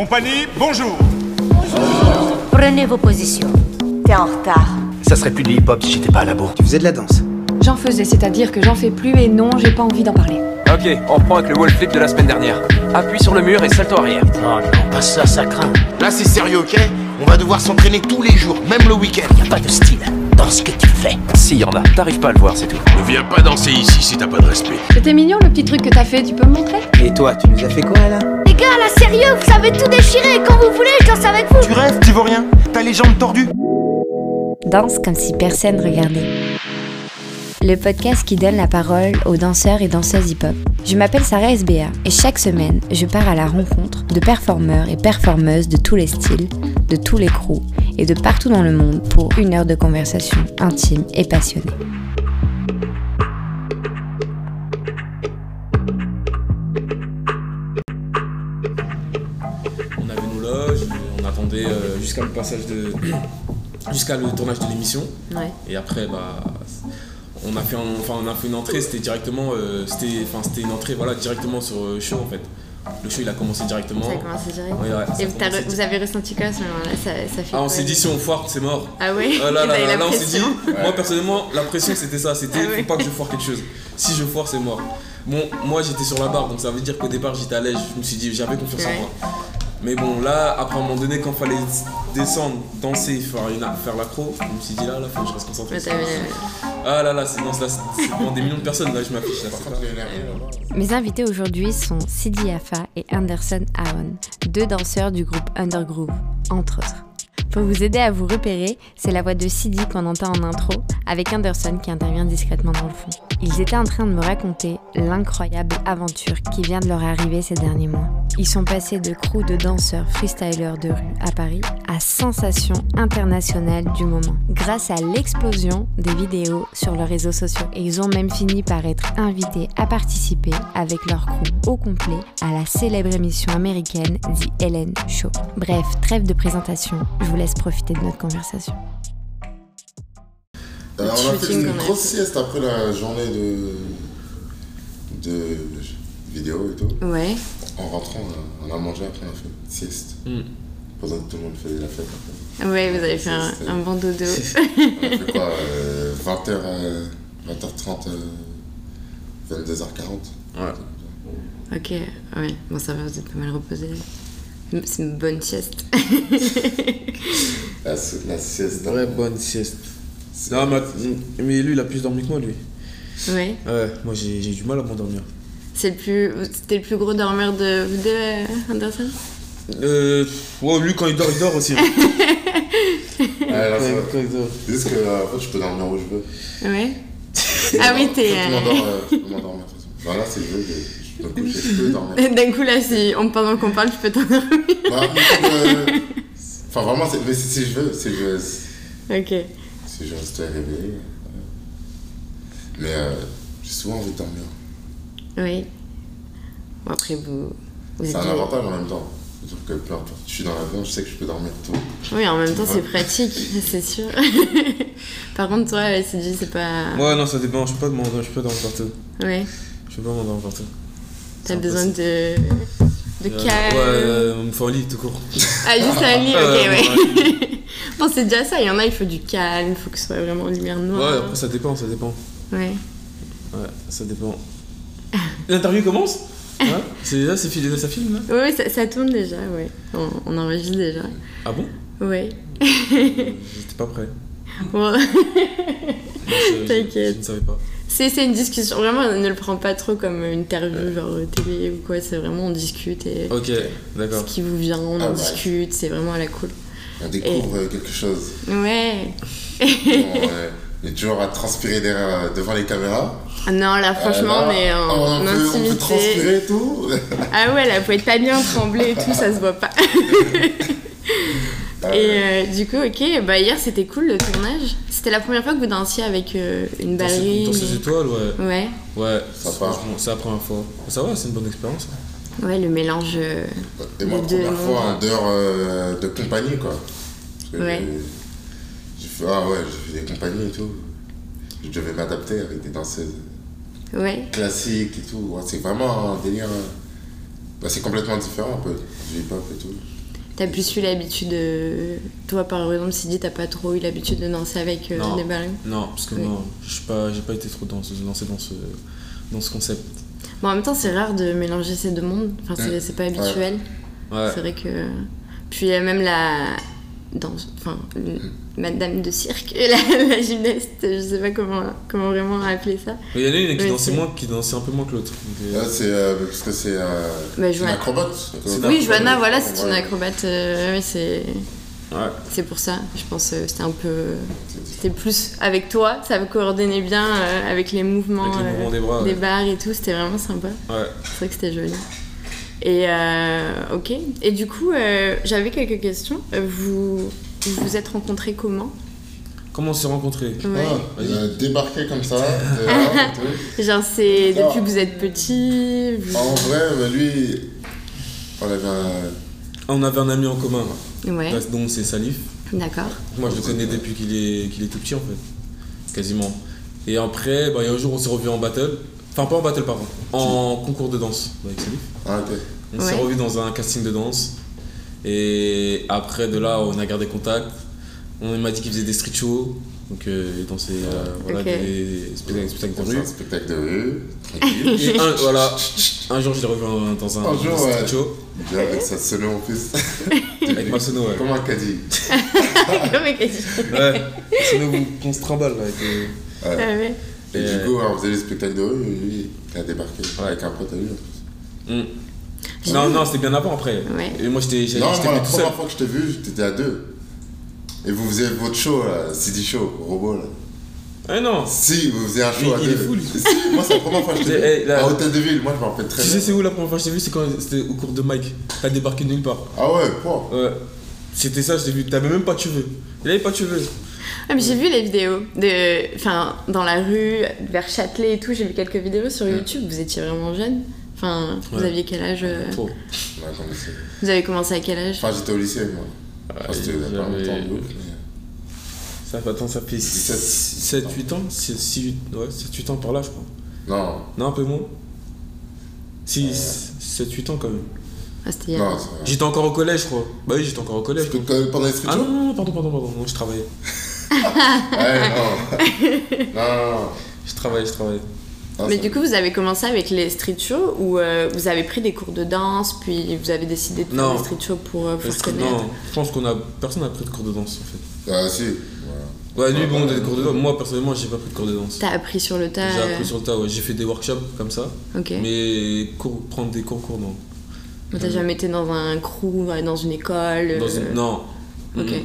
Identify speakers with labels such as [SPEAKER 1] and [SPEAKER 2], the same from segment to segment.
[SPEAKER 1] Compagnie, bonjour
[SPEAKER 2] Prenez vos positions. T'es en retard.
[SPEAKER 3] Ça serait plus du hip-hop si j'étais pas à la bourre.
[SPEAKER 4] Tu faisais de la danse.
[SPEAKER 5] J'en faisais, c'est-à-dire que j'en fais plus et non, j'ai pas envie d'en parler.
[SPEAKER 6] Ok, on reprend avec le wall flip de la semaine dernière. Appuie sur le mur et salto arrière.
[SPEAKER 3] Oh non, pas ça, ça craint.
[SPEAKER 7] Là, c'est sérieux, ok On va devoir s'entraîner tous les jours, même le week-end.
[SPEAKER 3] Y a pas de style dans ce que tu fais.
[SPEAKER 6] Si, y en a. T'arrives pas à le voir, c'est tout.
[SPEAKER 8] Ne viens pas danser ici si t'as pas de respect.
[SPEAKER 5] C'était mignon le petit truc que t'as fait, tu peux me montrer
[SPEAKER 4] Et toi, tu nous as fait quoi là
[SPEAKER 9] Les gars, là, sérieux, vous savez tout déchirer. Quand vous voulez, je danse avec vous.
[SPEAKER 7] Tu rêves, tu vaux rien. T'as les jambes tordues.
[SPEAKER 10] Danse comme si personne regardait. Le podcast qui donne la parole aux danseurs et danseuses hip-hop. Je m'appelle Sarah SBA et chaque semaine, je pars à la rencontre de performeurs et performeuses de tous les styles, de tous les crews et de partout dans le monde pour une heure de conversation intime et passionnée.
[SPEAKER 11] On avait nos loges, on attendait euh, jusqu'à le passage de. jusqu'à le tournage de l'émission.
[SPEAKER 5] Ouais.
[SPEAKER 11] Et après, bah. On a fait, un- enfin, on a fait une entrée, c'était directement. euh, c'était, enfin, c'était une entrée voilà, directement sur euh, le show en fait. Le show il a commencé directement.
[SPEAKER 12] Ça a commencé direct.
[SPEAKER 11] Ouais, Oh. ouais, ça a
[SPEAKER 12] Et t'as
[SPEAKER 11] commencé
[SPEAKER 12] re- vous avez ressenti quoi à ce moment-là ça, ça fait
[SPEAKER 11] Ah, on
[SPEAKER 12] quoi
[SPEAKER 11] s'est dit si on foire, c'est mort.
[SPEAKER 12] Ah ouais
[SPEAKER 11] Ah là,
[SPEAKER 12] Vous
[SPEAKER 11] là,
[SPEAKER 12] avez
[SPEAKER 11] là,
[SPEAKER 12] la
[SPEAKER 11] là, on s'est dit,
[SPEAKER 12] pression.
[SPEAKER 11] moi personnellement, la pression c'était ça, c'était
[SPEAKER 12] Ah ouais.
[SPEAKER 11] faut pas que je foire quelque chose. Si je foire, c'est mort. Bon, moi j'étais sur la barre, donc ça veut dire qu'au départ j'étais à l'aise, je me suis dit, j'avais confiance
[SPEAKER 12] Ouais.
[SPEAKER 11] en moi. Mais bon, là, après à un moment donné, quand fallait descendre, danser, faire, une, faire l'accro, je me suis dit là, là, faut que je reste concentré.
[SPEAKER 12] Ouais, t'avais-
[SPEAKER 11] Ah là là, c'est non, c'est là, c'est- c'est devant des millions de personnes, là je m'affiche. là, c'est pas-
[SPEAKER 10] Mes invités aujourd'hui sont Sidi Afa et Anderson Aon, deux danseurs du groupe Undergroove, entre autres. Pour vous aider à vous repérer, c'est la voix de Sidi qu'on entend en intro, avec Anderson qui intervient discrètement dans le fond. Ils étaient en train de me raconter l'incroyable aventure qui vient de leur arriver ces derniers mois. Ils sont passés de crew de danseurs freestylers de rue à Paris à sensation internationale du moment, grâce à l'explosion des vidéos sur leurs réseaux sociaux. Et ils ont même fini par être invités à participer avec leur crew au complet à la célèbre émission américaine The Ellen Show. Bref, trêve de présentation, je vous laisse profiter de notre conversation.
[SPEAKER 13] Euh, on a
[SPEAKER 12] Shooting
[SPEAKER 13] fait une
[SPEAKER 12] qu'on a
[SPEAKER 13] grosse
[SPEAKER 12] fait.
[SPEAKER 13] sieste après la journée de, de vidéo et tout.
[SPEAKER 12] Ouais.
[SPEAKER 13] En rentrant, on a, on a mangé après, on a fait une sieste.
[SPEAKER 11] Hmm.
[SPEAKER 13] Pendant que tout le monde faisait la fête. après.
[SPEAKER 12] Ouais, vous avez fait un, un bon dodo.
[SPEAKER 13] On a fait quoi euh, 20h, 20h30, 22h40.
[SPEAKER 11] Ouais.
[SPEAKER 12] ok, ouais. Bon, ça va, vous êtes pas mal reposé. C'est une bonne sieste.
[SPEAKER 13] La, si- la sieste.
[SPEAKER 11] Vraie bonne sieste. Non, mais, mais lui, il a plus dormi que moi, lui.
[SPEAKER 12] ouais.
[SPEAKER 11] Ouais, moi j'ai j'ai du mal à m'endormir.
[SPEAKER 12] C'est le plus. C'était le plus gros dormeur de vous deux, euh, Anderson
[SPEAKER 11] Euh. Ouais, lui, quand il dort, il dort aussi. hein.
[SPEAKER 13] Ouais, là,
[SPEAKER 11] Quand
[SPEAKER 13] ça
[SPEAKER 11] il-
[SPEAKER 13] va.
[SPEAKER 11] quand il dort.
[SPEAKER 13] C'est juste que euh, en fait, je peux dormir où je veux.
[SPEAKER 12] Ouais. ah oui, t'es.
[SPEAKER 13] Je
[SPEAKER 12] euh,
[SPEAKER 13] m'endors, euh, je m'endors, de toute façon. Bah, là, c'est je, je, je peux coucher, je peux dormir.
[SPEAKER 12] D'un coup, là, si on, pendant qu'on parle, tu peux t'endormir.
[SPEAKER 13] Bah, euh, Enfin, vraiment, c'est- mais si, si je veux, si je veux, si
[SPEAKER 12] ok.
[SPEAKER 13] je reste réveillé. euh, Mais euh, j'ai souvent envie de dormir.
[SPEAKER 12] Oui. Bon, après, vous. vous
[SPEAKER 13] C'est
[SPEAKER 12] êtes
[SPEAKER 13] un
[SPEAKER 12] deux-
[SPEAKER 13] avantage en même temps. C'est-à-dire que peu importe, je suis dans l'avion, je sais que je peux dormir tôt.
[SPEAKER 12] Oui, en même temps, c'est
[SPEAKER 13] Ouais.
[SPEAKER 12] pratique, c'est sûr. Par contre, toi, euh, CJ, c'est pas.
[SPEAKER 11] Ouais, non, ça dépend, je peux pas m'endormir, je peux pas dormir partout.
[SPEAKER 12] Ouais,
[SPEAKER 11] Je peux pas m'endormir partout.
[SPEAKER 12] t'as
[SPEAKER 11] C'est
[SPEAKER 12] besoin
[SPEAKER 11] impossible.
[SPEAKER 12] de. de
[SPEAKER 11] Euh,
[SPEAKER 12] calme.
[SPEAKER 11] Ouais, euh, on me fait un lit tout court.
[SPEAKER 12] Ah, juste un lit, ok,
[SPEAKER 11] Euh,
[SPEAKER 12] ouais. bon, c'est déjà ça, il y en a, il faut du calme, il faut que ce soit vraiment une lumière
[SPEAKER 11] Ouais,
[SPEAKER 12] noire. hein.
[SPEAKER 11] après ça dépend, ça dépend.
[SPEAKER 12] Ouais.
[SPEAKER 11] Ouais, ça dépend. L'interview commence Ouais, c'est là, c'est filé, ça filme là
[SPEAKER 12] Ouais, ouais, ça, ça tourne déjà, ouais. On, on enregistre déjà.
[SPEAKER 11] Ah bon
[SPEAKER 12] Ouais.
[SPEAKER 11] J'étais pas prêt.
[SPEAKER 12] Bon.
[SPEAKER 11] Non, je- je-
[SPEAKER 12] T'inquiète.
[SPEAKER 11] Je ne savais pas.
[SPEAKER 12] c'est c'est une discussion, vraiment, ne le prends pas trop comme une interview, genre euh, télé ou quoi, c'est vraiment, on discute et.
[SPEAKER 11] Ok,
[SPEAKER 12] Ce
[SPEAKER 11] d'accord.
[SPEAKER 12] qui vous vient, on
[SPEAKER 13] Ah
[SPEAKER 12] en
[SPEAKER 13] ouais.
[SPEAKER 12] discute, c'est vraiment à la cool.
[SPEAKER 13] On découvre euh, quelque chose.
[SPEAKER 12] Ouais.
[SPEAKER 13] On, euh, on est toujours à transpirer derrière, devant les caméras.
[SPEAKER 12] Ah Non, là, franchement,
[SPEAKER 13] Euh, là,
[SPEAKER 12] on est en, en
[SPEAKER 13] on, peut, on peut
[SPEAKER 12] intimité.
[SPEAKER 13] transpirer et tout.
[SPEAKER 12] Ah ouais, là, faut être pas bien trembler et tout, ça se voit pas.
[SPEAKER 13] Ah
[SPEAKER 12] Et
[SPEAKER 13] ouais.
[SPEAKER 12] euh, du coup, ok, bah hier c'était cool le tournage. C'était la première fois que vous dansiez avec euh, une
[SPEAKER 11] Dans ces-
[SPEAKER 12] ballerine.
[SPEAKER 11] Dans ces étoiles, ouais.
[SPEAKER 12] Ouais,
[SPEAKER 11] Ouais,
[SPEAKER 13] Ça
[SPEAKER 11] franchement,
[SPEAKER 13] part.
[SPEAKER 11] c'est la première fois. Ah, Ça va, c'est une bonne expérience.
[SPEAKER 12] ouais, le mélange. euh,
[SPEAKER 13] Et moi,
[SPEAKER 12] Les deux
[SPEAKER 13] première fois
[SPEAKER 12] mondes.
[SPEAKER 13] en dehors euh, de compagnie, quoi. Parce que
[SPEAKER 12] Ouais.
[SPEAKER 13] j'ai- J'ai fait, ah ouais, j'ai fait des compagnies et tout. Je devais m'adapter avec des danseuses
[SPEAKER 12] Ouais,
[SPEAKER 13] classiques et tout. Ouais, c'est vraiment un délire euh, Bah, c'est complètement différent un peu, du hip-hop et tout.
[SPEAKER 12] T'as plus eu l'habitude. euh, Toi, par exemple, Sidi, t'as pas trop eu l'habitude de danser avec euh,
[SPEAKER 11] Non.
[SPEAKER 12] des ballons.
[SPEAKER 11] Non, parce que
[SPEAKER 12] Oui.
[SPEAKER 11] non, je suis pas- j'ai pas été trop danseuse, lancé dans ce, dans ce concept.
[SPEAKER 12] Bon, en même temps, c'est rare de mélanger ces deux mondes. Enfin, c'est, c'est pas habituel.
[SPEAKER 11] Ouais.
[SPEAKER 12] C'est vrai que. Puis, il y a même la. Danse... Enfin, le-
[SPEAKER 11] Mm.
[SPEAKER 12] Madame de cirque, la, la gymnaste, je sais pas comment, comment vraiment appeler ça.
[SPEAKER 11] Mais il y en a une qui
[SPEAKER 12] Oui,
[SPEAKER 11] dansait
[SPEAKER 12] c'est-
[SPEAKER 11] moins, qui dansait un peu moins que l'autre. Donc, euh,
[SPEAKER 13] Là, c'est euh, parce que c'est euh,
[SPEAKER 12] Bah,
[SPEAKER 13] c'est une
[SPEAKER 12] Joanna-
[SPEAKER 13] acrobate.
[SPEAKER 11] C'est
[SPEAKER 12] Oui,
[SPEAKER 11] une
[SPEAKER 12] Johanna, voilà, c'est
[SPEAKER 13] Ouais.
[SPEAKER 12] une acrobate. euh, ouais, c'est,
[SPEAKER 11] ouais.
[SPEAKER 12] c'est pour ça. Je pense euh, c'était un peu. C'était plus avec toi, ça me coordonnait bien euh, avec les mouvements, euh,
[SPEAKER 11] Avec les mouvements des bras, ouais.
[SPEAKER 12] barres et tout. C'était vraiment sympa.
[SPEAKER 11] Ouais.
[SPEAKER 12] C'est vrai que c'était joli. Et euh, ok. Et du coup, euh, j'avais quelques questions. Euh, Vous vous vous êtes rencontrés comment
[SPEAKER 11] Comment on s'est rencontrés
[SPEAKER 12] Ouais.
[SPEAKER 13] Ah,
[SPEAKER 11] Vas-y.
[SPEAKER 13] il a débarqué comme ça. de là, et tout.
[SPEAKER 12] Genre, c'est
[SPEAKER 13] Ah.
[SPEAKER 12] depuis que vous êtes petit. vous-
[SPEAKER 13] En vrai, bah, lui, on euh, avait un.
[SPEAKER 11] Ah, On avait un ami en commun,
[SPEAKER 12] Ouais.
[SPEAKER 11] dont c'est Salif.
[SPEAKER 12] D'accord.
[SPEAKER 11] Moi, je le connais depuis qu'il est, qu'il est tout petit, en fait. Quasiment. Et après, bah, il y a un jour, on s'est revus en battle. Enfin, pas en battle, pardon. En concours de danse avec Salif.
[SPEAKER 13] Ah, ok.
[SPEAKER 11] On s'est
[SPEAKER 12] Ouais.
[SPEAKER 11] revus dans un casting de danse. Et après, de là, on a gardé contact. On m'a dit qu'il faisait des street shows. Donc, euh, il dansait euh, voilà,
[SPEAKER 12] Ok.
[SPEAKER 11] des spectacles, spectacles de
[SPEAKER 13] On fait
[SPEAKER 11] rue.
[SPEAKER 13] un spectacle de rue.
[SPEAKER 11] Et un, voilà, un jour, je l'ai revu en- dans un,
[SPEAKER 13] Un jour,
[SPEAKER 11] street
[SPEAKER 13] ouais.
[SPEAKER 11] show
[SPEAKER 13] Bien avec sa sono en plus.
[SPEAKER 11] avec ma sono. Ouais.
[SPEAKER 13] Comment qu'a dit
[SPEAKER 12] Comme question.
[SPEAKER 11] ouais. Sono, vous- on se trimballe là. avec
[SPEAKER 13] euh,
[SPEAKER 11] des-
[SPEAKER 12] Ah ouais.
[SPEAKER 13] Et
[SPEAKER 11] Et
[SPEAKER 13] du
[SPEAKER 11] euh,
[SPEAKER 13] coup, on faisait les spectacles de rue, et lui, il a débarqué avec un pote à lui.
[SPEAKER 11] Non, non, c'était bien avant après.
[SPEAKER 12] Ouais.
[SPEAKER 11] Et moi, j'étais j'étais
[SPEAKER 13] Non, moi, la
[SPEAKER 11] tout seul.
[SPEAKER 13] première fois que je t'ai vu, t'étais à deux. Et vous faisiez votre show, là, CD Show, robot, là.
[SPEAKER 11] Ah non,
[SPEAKER 13] Si, vous faisiez un show
[SPEAKER 11] Mais
[SPEAKER 13] à
[SPEAKER 11] il
[SPEAKER 13] deux.
[SPEAKER 11] est fou, lui.
[SPEAKER 13] Si, moi, c'est la première fois que je
[SPEAKER 11] Eh,
[SPEAKER 13] t'ai
[SPEAKER 11] eh,
[SPEAKER 13] vu.
[SPEAKER 11] là-
[SPEAKER 13] À Hôtel de Ville, moi, je me rappelle
[SPEAKER 11] Tu
[SPEAKER 13] très
[SPEAKER 11] sais,
[SPEAKER 13] bien.
[SPEAKER 11] c'est où la première fois que je t'ai vu C'est quand c'était au cours de Mike. T'as débarqué nulle part.
[SPEAKER 13] Ah ouais, quoi
[SPEAKER 11] Ouais. C'était ça, je t'ai vu. T'avais même pas de cheveux. Il avait pas de cheveux.
[SPEAKER 12] Ah, mais j'ai vu les vidéos de, enfin, dans la rue, vers Châtelet et tout. J'ai vu quelques vidéos sur YouTube. Vous étiez vraiment jeune. Enfin, vous
[SPEAKER 11] Ouais.
[SPEAKER 12] aviez quel âge euh,
[SPEAKER 11] Trop.
[SPEAKER 13] Ouais, j'en ai essayé.
[SPEAKER 12] Vous avez commencé à quel âge
[SPEAKER 13] Enfin, j'étais au lycée, moi. Enfin, c'était il y a pas
[SPEAKER 11] j'avais-
[SPEAKER 13] longtemps, de ouf, mais-
[SPEAKER 11] Ça fait, attends, ça fait
[SPEAKER 13] 17.
[SPEAKER 11] 7-8 ans 6, ouais, 7-8 ans par là, je crois.
[SPEAKER 13] Non,
[SPEAKER 11] Non, un peu moins.
[SPEAKER 13] Euh.
[SPEAKER 11] 6, 7-8 ans quand même.
[SPEAKER 12] Ah, c'était il y a-
[SPEAKER 13] non, c'est vrai.
[SPEAKER 11] J'étais encore au collège, je crois. Bah oui, j'étais encore au collège.
[SPEAKER 13] Parce que quand même pendant les street
[SPEAKER 11] Ah non,
[SPEAKER 13] shows
[SPEAKER 11] non, non, pardon, pardon, pardon. Non, je travaillais.
[SPEAKER 13] Ouais, non. non, non, non.
[SPEAKER 11] Je travaillais, je travaillais.
[SPEAKER 13] Non,
[SPEAKER 12] Mais
[SPEAKER 13] ça-
[SPEAKER 12] du coup, vous avez commencé avec les street shows ou euh, vous avez pris des cours de danse, puis vous avez décidé de faire
[SPEAKER 11] Non.
[SPEAKER 12] des street shows pour euh, vous
[SPEAKER 11] Parce
[SPEAKER 12] faire
[SPEAKER 11] que-
[SPEAKER 12] connaître
[SPEAKER 11] non, je pense qu'on a. Personne n'a pris de cours de danse en fait.
[SPEAKER 13] Ah, si. Voilà.
[SPEAKER 11] Ouais, lui,
[SPEAKER 13] Ouais,
[SPEAKER 11] bon, on a
[SPEAKER 13] ouais.
[SPEAKER 11] des cours de danse. Moi, personnellement, j'ai pas pris de cours de danse.
[SPEAKER 12] T'as appris sur le tas.
[SPEAKER 11] J'ai
[SPEAKER 12] euh,
[SPEAKER 11] appris sur le tas, ouais. J'ai fait des workshops comme ça.
[SPEAKER 12] Ok. Mais,
[SPEAKER 11] Mais cours- prendre des cours, cours, non.
[SPEAKER 12] t'as jamais été dans un crew, euh, dans une école
[SPEAKER 11] Dans
[SPEAKER 12] euh,
[SPEAKER 11] une- Non.
[SPEAKER 12] Ok.
[SPEAKER 11] Mm.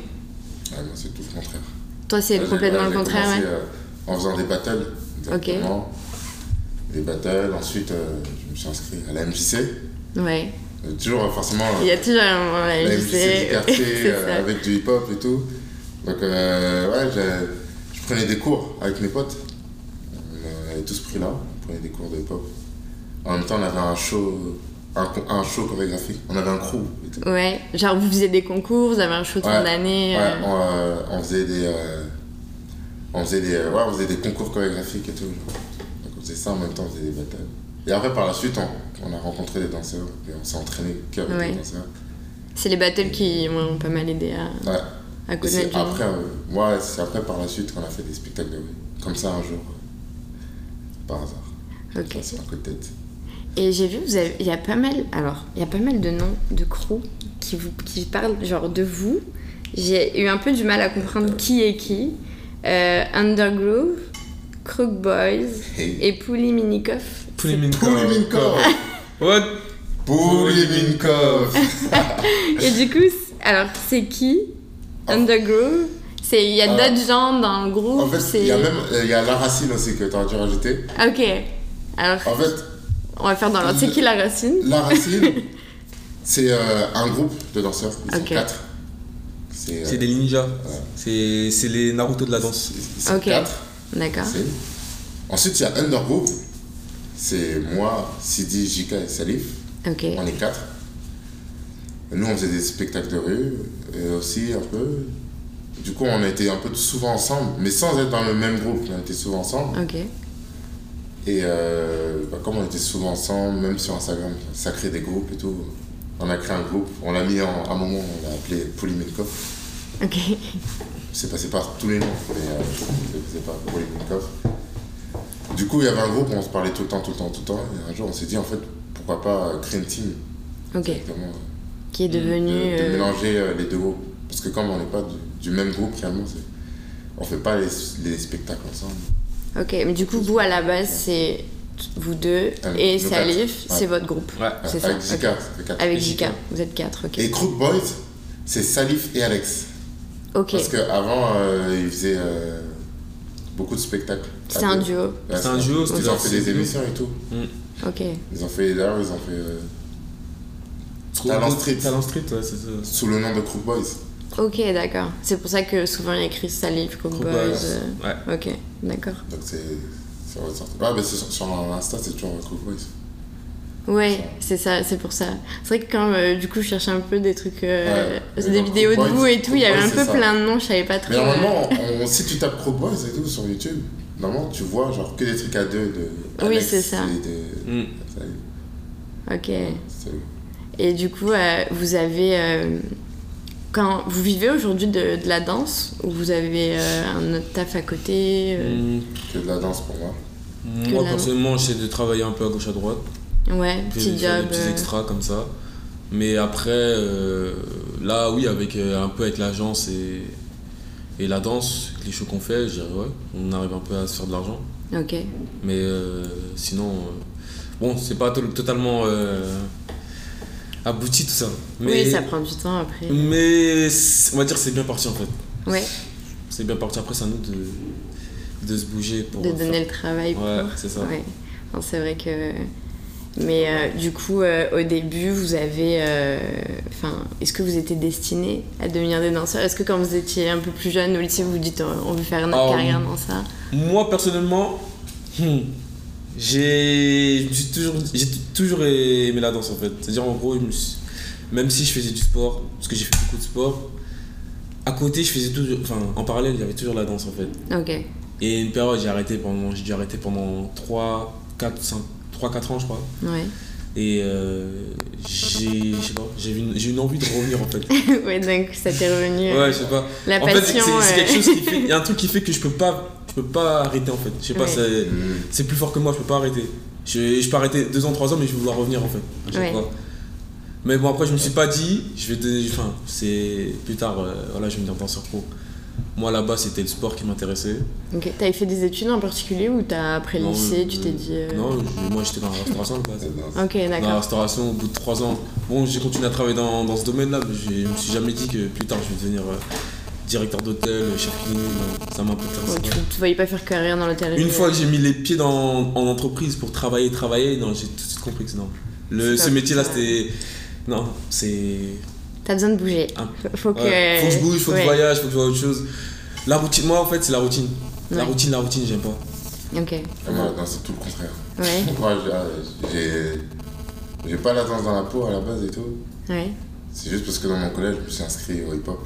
[SPEAKER 13] Ah, moi, c'est tout le contraire.
[SPEAKER 12] Toi, c'est
[SPEAKER 13] Là, j'ai-
[SPEAKER 12] complètement
[SPEAKER 13] là,
[SPEAKER 12] le
[SPEAKER 13] j'ai
[SPEAKER 12] contraire,
[SPEAKER 13] commencé,
[SPEAKER 12] ouais.
[SPEAKER 13] euh, en faisant des battles. Exactement. Des battles, ensuite, euh, je me suis inscrit à la MJC.
[SPEAKER 12] Ouais.
[SPEAKER 13] Euh, toujours, euh, forcément,
[SPEAKER 12] Il y a
[SPEAKER 13] euh,
[SPEAKER 12] toujours un moment là,
[SPEAKER 13] la
[SPEAKER 12] je
[SPEAKER 13] MJC
[SPEAKER 12] sais.
[SPEAKER 13] du quartier,
[SPEAKER 12] C'est
[SPEAKER 13] euh,
[SPEAKER 12] ça.
[SPEAKER 13] avec du hip-hop et tout. Donc, euh, ouais, j'ai- je prenais des cours avec mes potes. On avait tous pris là, on prenait des cours de hip-hop. En même temps, on avait un show, un, co- un show chorégraphique. On avait un crew et tout.
[SPEAKER 12] Ouais, genre vous faisiez des concours, vous avez un show de fin
[SPEAKER 13] Ouais,
[SPEAKER 12] d'année.
[SPEAKER 13] ouais,
[SPEAKER 12] euh,
[SPEAKER 13] on, euh, on faisait des. euh, on faisait des. euh, ouais, on faisait des concours chorégraphiques et tout. genre. Donc on faisait ça en même temps, on faisait des battles. Et après, par la suite, on, on a rencontré des danseurs et on s'est entraîné qu'avec
[SPEAKER 12] Ouais.
[SPEAKER 13] des danseurs.
[SPEAKER 12] C'est les battles qui m'ont pas mal aidé à,
[SPEAKER 13] Ouais.
[SPEAKER 12] à
[SPEAKER 13] Et c'est
[SPEAKER 12] connaître. genre.
[SPEAKER 13] après, euh, ouais, c'est après par la suite qu'on a fait des spectacles de rue. Comme ça un jour. euh, Par hasard.
[SPEAKER 12] Ok.
[SPEAKER 13] C'est un coup de tête.
[SPEAKER 12] Et j'ai vu, vous avez- il y a pas mal, alors, il y a pas mal de noms de crew qui, vous, qui parlent genre de vous. J'ai eu un peu du mal à comprendre qui est qui. Euh, Undergrove, Crook Boys
[SPEAKER 13] Hey.
[SPEAKER 12] et Pouli Minikoff.
[SPEAKER 13] Poulivinkov
[SPEAKER 11] What
[SPEAKER 13] Poulivinkov
[SPEAKER 12] Et du coup, c'est- alors c'est qui Undergrove C'est il y a
[SPEAKER 13] Ah.
[SPEAKER 12] d'autres gens dans le groupe.
[SPEAKER 13] En fait,
[SPEAKER 12] c'est-
[SPEAKER 13] il y a même. euh, Il y a la racine aussi que tu aurais dû rajouter.
[SPEAKER 12] Ah, Ok. Alors,
[SPEAKER 13] En fait,
[SPEAKER 12] on va faire dans l'ordre. C'est qui la racine
[SPEAKER 13] La Racine, c'est euh, un groupe de danseurs. Ils sont
[SPEAKER 12] Ok.
[SPEAKER 13] quatre. C'est euh,
[SPEAKER 11] C'est des ninjas. C'est c'est les Naruto de la danse.
[SPEAKER 13] ils sont
[SPEAKER 12] Ok. Ah.
[SPEAKER 13] quatre.
[SPEAKER 12] D'accord.
[SPEAKER 13] c'est- Ensuite, il y a Undergroup. C'est moi, Sidi, Jika et Salif.
[SPEAKER 12] Ok.
[SPEAKER 13] On est quatre. Nous, on faisait des spectacles de rue et aussi un peu. Du coup, on était un peu souvent ensemble, mais sans être dans le même groupe. mais On était souvent ensemble.
[SPEAKER 12] Ok.
[SPEAKER 13] Et euh, bah, comme on était souvent ensemble, même sur Instagram, ça crée des groupes et tout. On a créé un groupe, on l'a mis en, à un moment, on l'a appelé Polymenkov.
[SPEAKER 12] Ok.
[SPEAKER 13] C'est passé par tous les noms, mais euh, c'est pas Polymenkov. Du coup, il y avait un groupe, on se parlait tout le temps, tout le temps, tout le temps. Et un jour, on s'est dit, en fait, pourquoi pas euh, créer une team
[SPEAKER 12] Ok.
[SPEAKER 13] directement,
[SPEAKER 12] Qui est
[SPEAKER 13] de,
[SPEAKER 12] devenu.
[SPEAKER 13] Mm, de
[SPEAKER 12] euh,
[SPEAKER 13] mélanger euh, les deux groupes. Parce que comme on n'est pas du, du même groupe, finalement, c'est- on fait pas les, les spectacles ensemble.
[SPEAKER 12] Ok, mais du coup, vous à la base, c'est vous deux
[SPEAKER 13] Avec
[SPEAKER 12] et
[SPEAKER 13] nous
[SPEAKER 12] Salif,
[SPEAKER 13] Euh, quatre. Ouais.
[SPEAKER 12] c'est votre groupe.
[SPEAKER 11] Ouais.
[SPEAKER 12] C'est ça.
[SPEAKER 13] Avec Zika,
[SPEAKER 12] ok.
[SPEAKER 13] ça fait quatre.
[SPEAKER 12] Avec Jika, vous êtes quatre, ok.
[SPEAKER 13] Et Crook Boys, c'est Salif et Alex.
[SPEAKER 12] Ok,
[SPEAKER 13] Parce qu'avant, ils faisaient euh, beaucoup de spectacles.
[SPEAKER 12] c'est
[SPEAKER 13] À
[SPEAKER 12] un
[SPEAKER 13] deux.
[SPEAKER 12] duo.
[SPEAKER 13] Ouais,
[SPEAKER 11] C'est un duo, c'était
[SPEAKER 13] Ils ont
[SPEAKER 11] genre-
[SPEAKER 13] fait des émissions et tout.
[SPEAKER 12] Ok,
[SPEAKER 13] Ils ont fait, d'ailleurs, ils ont fait euh, Talent Street.
[SPEAKER 11] Talent Street, ouais, c'est ça.
[SPEAKER 13] sous le nom de Crook Boys.
[SPEAKER 12] ok, d'accord. C'est pour ça que souvent il y a écrit Salif, Coke
[SPEAKER 11] Crook
[SPEAKER 12] Boys.
[SPEAKER 11] Boys,
[SPEAKER 12] euh,
[SPEAKER 11] Ouais.
[SPEAKER 12] Ok, d'accord.
[SPEAKER 13] Donc c'est. c'est ressorti. Ouais, mais c'est sur, sur Insta, c'est toujours Crook Boys.
[SPEAKER 12] Ouais, c'est ça, c'est pour ça. C'est vrai que quand euh, du coup je cherchais un peu des trucs, euh,
[SPEAKER 13] Ouais. Et
[SPEAKER 12] des
[SPEAKER 13] donc,
[SPEAKER 12] vidéos de
[SPEAKER 13] Coke
[SPEAKER 12] vous
[SPEAKER 13] Boys,
[SPEAKER 12] et tout, il y avait
[SPEAKER 13] Coke
[SPEAKER 12] un
[SPEAKER 13] Boys,
[SPEAKER 12] peu
[SPEAKER 13] c'est ça.
[SPEAKER 12] plein de noms, je savais pas trop.
[SPEAKER 13] Mais
[SPEAKER 12] euh,
[SPEAKER 13] normalement, on- on- si tu tapes Crook Boys et tout sur YouTube, normalement tu vois genre que des trucs à deux de.
[SPEAKER 12] Oui,
[SPEAKER 13] Alex
[SPEAKER 12] c'est ça.
[SPEAKER 13] Et de.
[SPEAKER 11] Mm.
[SPEAKER 13] ça-
[SPEAKER 12] Ok.
[SPEAKER 13] ça-
[SPEAKER 12] Et du coup, euh, vous avez. euh, quand vous vivez aujourd'hui de, de la danse, ou vous avez euh, un autre taf à côté euh,
[SPEAKER 11] Hum,
[SPEAKER 13] Que de la danse pour moi.
[SPEAKER 11] Moi,
[SPEAKER 12] la-
[SPEAKER 11] personnellement, j'essaie de travailler un peu à gauche à droite.
[SPEAKER 13] Mm.
[SPEAKER 12] Ouais,
[SPEAKER 11] Puis
[SPEAKER 12] petit
[SPEAKER 11] de faire
[SPEAKER 12] job.
[SPEAKER 11] des petits
[SPEAKER 12] euh,
[SPEAKER 11] extras comme ça. Mais après, euh, là, oui, avec euh, un peu avec l'agence et, et la danse, les shows qu'on fait, je dirais, ouais, on arrive un peu à se faire de l'argent.
[SPEAKER 12] Ok.
[SPEAKER 11] Mais euh, sinon, euh, bon, c'est pas to- totalement euh, abouti tout ça. Mais,
[SPEAKER 12] Oui, ça prend du temps après.
[SPEAKER 11] mais c'est- on va dire que c'est bien parti en fait.
[SPEAKER 12] Ouais,
[SPEAKER 11] C'est bien parti. Après, c'est à nous de, de se bouger pour.
[SPEAKER 12] de
[SPEAKER 11] faire-
[SPEAKER 12] donner le travail pour.
[SPEAKER 11] Ouais, c'est ça.
[SPEAKER 12] Ouais. Non, C'est vrai que. Mais euh, du coup, euh, au début, vous avez. euh, Enfin, est-ce que vous étiez destiné à devenir des danseurs Est-ce que quand vous étiez un peu plus jeune au lycée, vous vous dites euh, on veut faire notre
[SPEAKER 11] Oh.
[SPEAKER 12] carrière dans ça
[SPEAKER 11] Moi personnellement, hmm, j'ai j'ai toujours, j'ai toujours aimé la danse en fait. C'est-à-dire en gros, je me suis- même si je faisais du sport, parce que j'ai fait beaucoup de sport, à côté je faisais toujours, enfin en parallèle, il y avait toujours la danse en fait.
[SPEAKER 12] Ok.
[SPEAKER 11] Et une période, j'ai arrêté pendant, j'ai dû arrêter pendant 3, 4, 5, 3, 4 ans je crois.
[SPEAKER 12] Ouais.
[SPEAKER 11] Et euh, j'ai, je sais pas, j'ai eu une, j'ai une envie de revenir en fait.
[SPEAKER 12] ouais, donc ça t'est revenu. euh,
[SPEAKER 11] Ouais, je sais pas.
[SPEAKER 12] La
[SPEAKER 11] en fait, c'est-
[SPEAKER 12] passion.
[SPEAKER 11] c'est c'est quelque
[SPEAKER 12] euh,
[SPEAKER 11] chose qui fait, il y a un truc qui fait que je peux pas, je peux pas arrêter en fait. Je sais pas,
[SPEAKER 12] Ouais.
[SPEAKER 11] c'est
[SPEAKER 13] Mm.
[SPEAKER 11] c'est plus fort que moi, je peux pas arrêter. Je, je peux arrêter deux ans, trois ans, mais je vais vouloir revenir en fait. à chaque
[SPEAKER 12] Ouais.
[SPEAKER 11] fois. Mais bon, après, je me suis pas dit, je vais donner. Enfin, c'est plus tard, euh, voilà, je vais me dire danseur pro. Moi là-bas, c'était le sport qui m'intéressait.
[SPEAKER 12] Ok. T'avais fait des études en particulier ou t'as après le
[SPEAKER 11] Non,
[SPEAKER 12] lycée,
[SPEAKER 11] euh,
[SPEAKER 12] tu t'es dit. euh,
[SPEAKER 11] Non, je- moi j'étais dans la restauration de base.
[SPEAKER 13] la danse.
[SPEAKER 12] Ok,
[SPEAKER 11] Dans la
[SPEAKER 12] d'accord.
[SPEAKER 11] restauration, au bout de trois ans, bon, j'ai continué à travailler dans, dans ce domaine-là, mais j'ai- je me suis jamais dit que plus tard je vais devenir euh, directeur d'hôtel, chef cuisinier. non, Ça m'a un peu
[SPEAKER 12] Ouais,
[SPEAKER 11] intéressé.
[SPEAKER 12] tu, tu voyais pas faire carrière dans l'hôtellerie. euh,
[SPEAKER 11] Une fois que j'ai mis les pieds dans, en entreprise pour travailler, travailler, non, j'ai tout de suite compris que c'est non. Le,
[SPEAKER 12] C'est
[SPEAKER 11] ce
[SPEAKER 12] pas-
[SPEAKER 11] métier-là, c'était. Non, c'est.
[SPEAKER 12] T'as besoin de bouger.
[SPEAKER 11] Ah.
[SPEAKER 12] Faut- Faut que.
[SPEAKER 11] ouais, Faut que je bouge, faut que
[SPEAKER 12] Ouais.
[SPEAKER 11] je voyage, faut que je vois autre chose. La routine, moi en fait, c'est la routine. La
[SPEAKER 12] Ouais.
[SPEAKER 11] routine, la routine, j'aime pas.
[SPEAKER 12] Ok.
[SPEAKER 13] Ah, moi, la danse, c'est tout le contraire.
[SPEAKER 12] Ouais.
[SPEAKER 13] Moi, j'ai- j'ai. J'ai pas la danse dans la peau à la base et tout.
[SPEAKER 12] Ouais.
[SPEAKER 13] C'est juste parce que dans mon collège, je me suis inscrit au hip-hop.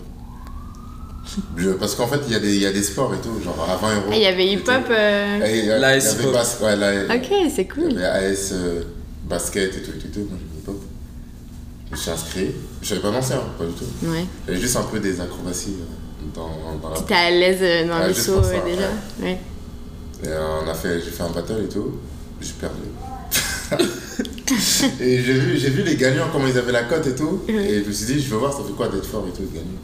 [SPEAKER 13] Je- parce qu'en fait, il y, a des- il y a des sports et tout, genre à 20 euros.
[SPEAKER 12] Ah, il y avait
[SPEAKER 13] et
[SPEAKER 12] hip-hop.
[SPEAKER 13] tout.
[SPEAKER 12] euh,
[SPEAKER 13] Et il y a-
[SPEAKER 11] L'AS
[SPEAKER 13] il y avait
[SPEAKER 11] hip-hop.
[SPEAKER 13] bas- ouais, la-
[SPEAKER 12] Ok, c'est
[SPEAKER 13] Il y
[SPEAKER 12] cool.
[SPEAKER 13] avait AS euh, basket et tout, et tout, et tout. Moi, j'ai mis hip-hop. Je me suis inscrit. Je savais pas danser, hein, pas du tout.
[SPEAKER 12] Ouais.
[SPEAKER 13] J'avais juste un peu des acrobaties euh, dans, dans la
[SPEAKER 12] T'es à l'aise euh, dans
[SPEAKER 13] Ouais,
[SPEAKER 12] les
[SPEAKER 13] juste
[SPEAKER 12] sauts
[SPEAKER 13] pour ça,
[SPEAKER 12] euh, déjà. Ouais.
[SPEAKER 13] Et euh, on a fait, j'ai fait un battle et tout, j'ai perdu. et j'ai vu, j'ai vu les gagnants, comment ils avaient la cote et tout,
[SPEAKER 12] Mhm.
[SPEAKER 13] et je me suis dit, je veux voir ça fait quoi d'être fort et tout, de gagner.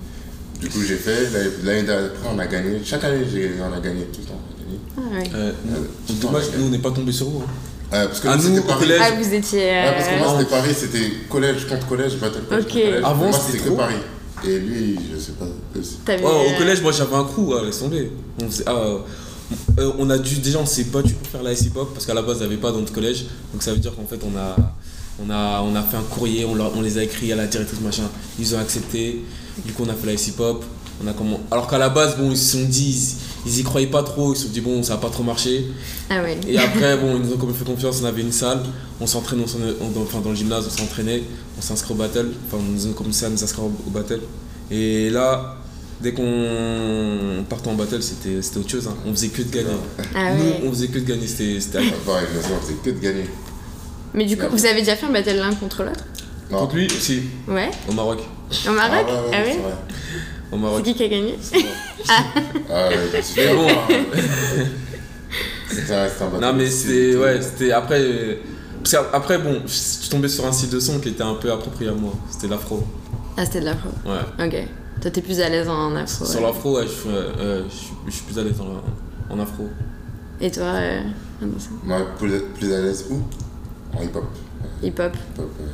[SPEAKER 13] Du coup, j'ai fait, l'année- l'année d'après, on a gagné. Chaque année, j'ai- on a gagné tout le temps. on a gagné.
[SPEAKER 12] Ah, ouais.
[SPEAKER 11] Euh, nous-
[SPEAKER 13] putain,
[SPEAKER 11] dommage,
[SPEAKER 13] la gueule.
[SPEAKER 11] nous on n'est pas tombé sur vous. hein.
[SPEAKER 13] Euh, parce que
[SPEAKER 11] À
[SPEAKER 13] nous,
[SPEAKER 11] nous,
[SPEAKER 13] c'était
[SPEAKER 11] au
[SPEAKER 13] Paris.
[SPEAKER 11] collège. Ah.
[SPEAKER 12] Ah, vous étiez.
[SPEAKER 13] Ouais, parce que
[SPEAKER 12] euh,
[SPEAKER 13] moi, c'était Paris, c'était collège contre collège, battle collège
[SPEAKER 12] Ok.
[SPEAKER 13] contre collège.
[SPEAKER 11] Avant,
[SPEAKER 13] moi,
[SPEAKER 11] c'était
[SPEAKER 13] c'était que
[SPEAKER 11] trop.
[SPEAKER 13] Paris. Et lui, je sais pas. aussi.
[SPEAKER 12] t'avais,
[SPEAKER 11] Oh,
[SPEAKER 12] euh,
[SPEAKER 11] au collège, moi j'avais un crew, ah, laisse tomber. On, s'est- ah, euh, on a dû, déjà on s'est battu pour faire la hip hop parce qu'à la base, il n'y avait pas dans notre collège. Donc ça veut dire qu'en fait, on a, on, a, on a fait un courrier, on, leur- on les a écrits à la directrice, machin. Ils ont accepté. Du coup, on a fait la hip hop. On a comment... Alors qu'à la base, bon, ils se sont dit, ils, ils y croyaient pas trop, ils se sont dit, bon, ça a pas trop marché.
[SPEAKER 12] Ah, ouais.
[SPEAKER 11] Et après, bon, ils nous ont quand même fait confiance, on avait une salle, on s'entraîne, on s'en- on- dans- enfin dans le gymnase, on s'entraînait, on s'inscrit au battle, enfin on nous a commencé à nous inscrire au, au battle. Et là, Dès qu'on partait en battle, c'était c'était autre chose. hein. On faisait que de gagner.
[SPEAKER 12] Ah ouais.
[SPEAKER 11] Nous, on faisait que de gagner. C'était c'était agréable.
[SPEAKER 13] Pareil, mais on faisait que de gagner.
[SPEAKER 12] Mais du coup, vous avez déjà fait un battle l'un contre l'autre
[SPEAKER 13] Non.
[SPEAKER 11] Contre lui aussi,
[SPEAKER 12] Ouais.
[SPEAKER 11] au Maroc.
[SPEAKER 12] Au
[SPEAKER 13] Ah
[SPEAKER 12] Maroc
[SPEAKER 13] ouais, ouais,
[SPEAKER 12] Ah
[SPEAKER 13] c'est
[SPEAKER 12] ouais
[SPEAKER 13] vrai.
[SPEAKER 11] Au
[SPEAKER 12] C'est
[SPEAKER 11] Maroc.
[SPEAKER 12] qui qui a gagné
[SPEAKER 13] Ah ouais, je me souviens.
[SPEAKER 11] bon. hein.
[SPEAKER 13] C'était un c'était un bateau.
[SPEAKER 11] Non mais c'était ouais, c'était après euh, parce qu'après bon, je suis tombé sur un style de son qui était un peu approprié à moi. C'était l'afro.
[SPEAKER 12] Ah, c'était de l'afro.
[SPEAKER 11] Ouais.
[SPEAKER 12] Ok. Toi, t'es plus à l'aise en afro.
[SPEAKER 11] Sur
[SPEAKER 12] ouais.
[SPEAKER 11] l'afro, ouais, je suis, euh, euh, je suis- je suis plus à l'aise en, en afro.
[SPEAKER 12] Et toi, euh, comment ça
[SPEAKER 13] On est plus, plus à l'aise où En hip-hop.
[SPEAKER 12] hip-hop,
[SPEAKER 13] Hip-hop. euh,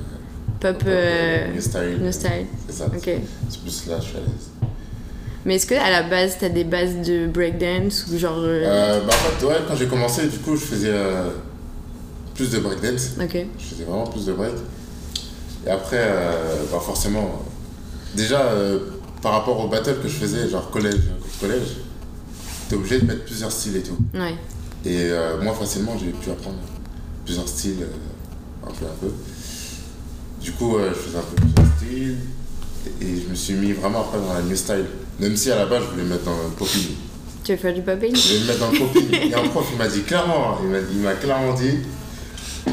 [SPEAKER 12] pop, euh,
[SPEAKER 13] New style.
[SPEAKER 12] new style.
[SPEAKER 13] C'est ça.
[SPEAKER 12] Ok.
[SPEAKER 13] C'est plus là, je suis à l'aise.
[SPEAKER 12] Mais est-ce que à la base, t'as des bases de breakdance ou genre. euh,
[SPEAKER 13] Euh, bah, en fait, ouais, quand j'ai commencé, du coup, je faisais euh, plus de breakdance.
[SPEAKER 12] Ok.
[SPEAKER 13] Je faisais vraiment plus de break. Et après, euh, bah forcément, euh, déjà euh, par rapport au battle que je faisais, genre collège, collège, t'es obligé de mettre plusieurs styles et tout.
[SPEAKER 12] Ouais.
[SPEAKER 13] Et euh, moi, facilement, j'ai pu apprendre plusieurs styles, euh, un peu, un peu. Du coup, euh, je faisais un peu plusieurs styles et je me suis mis vraiment après dans la new style. Même si à la base, je voulais me mettre dans le popping.
[SPEAKER 12] Tu veux faire du popping
[SPEAKER 13] Je vais me mettre dans le copine. Et un prof, il m'a dit clairement, il m'a, il m'a clairement dit,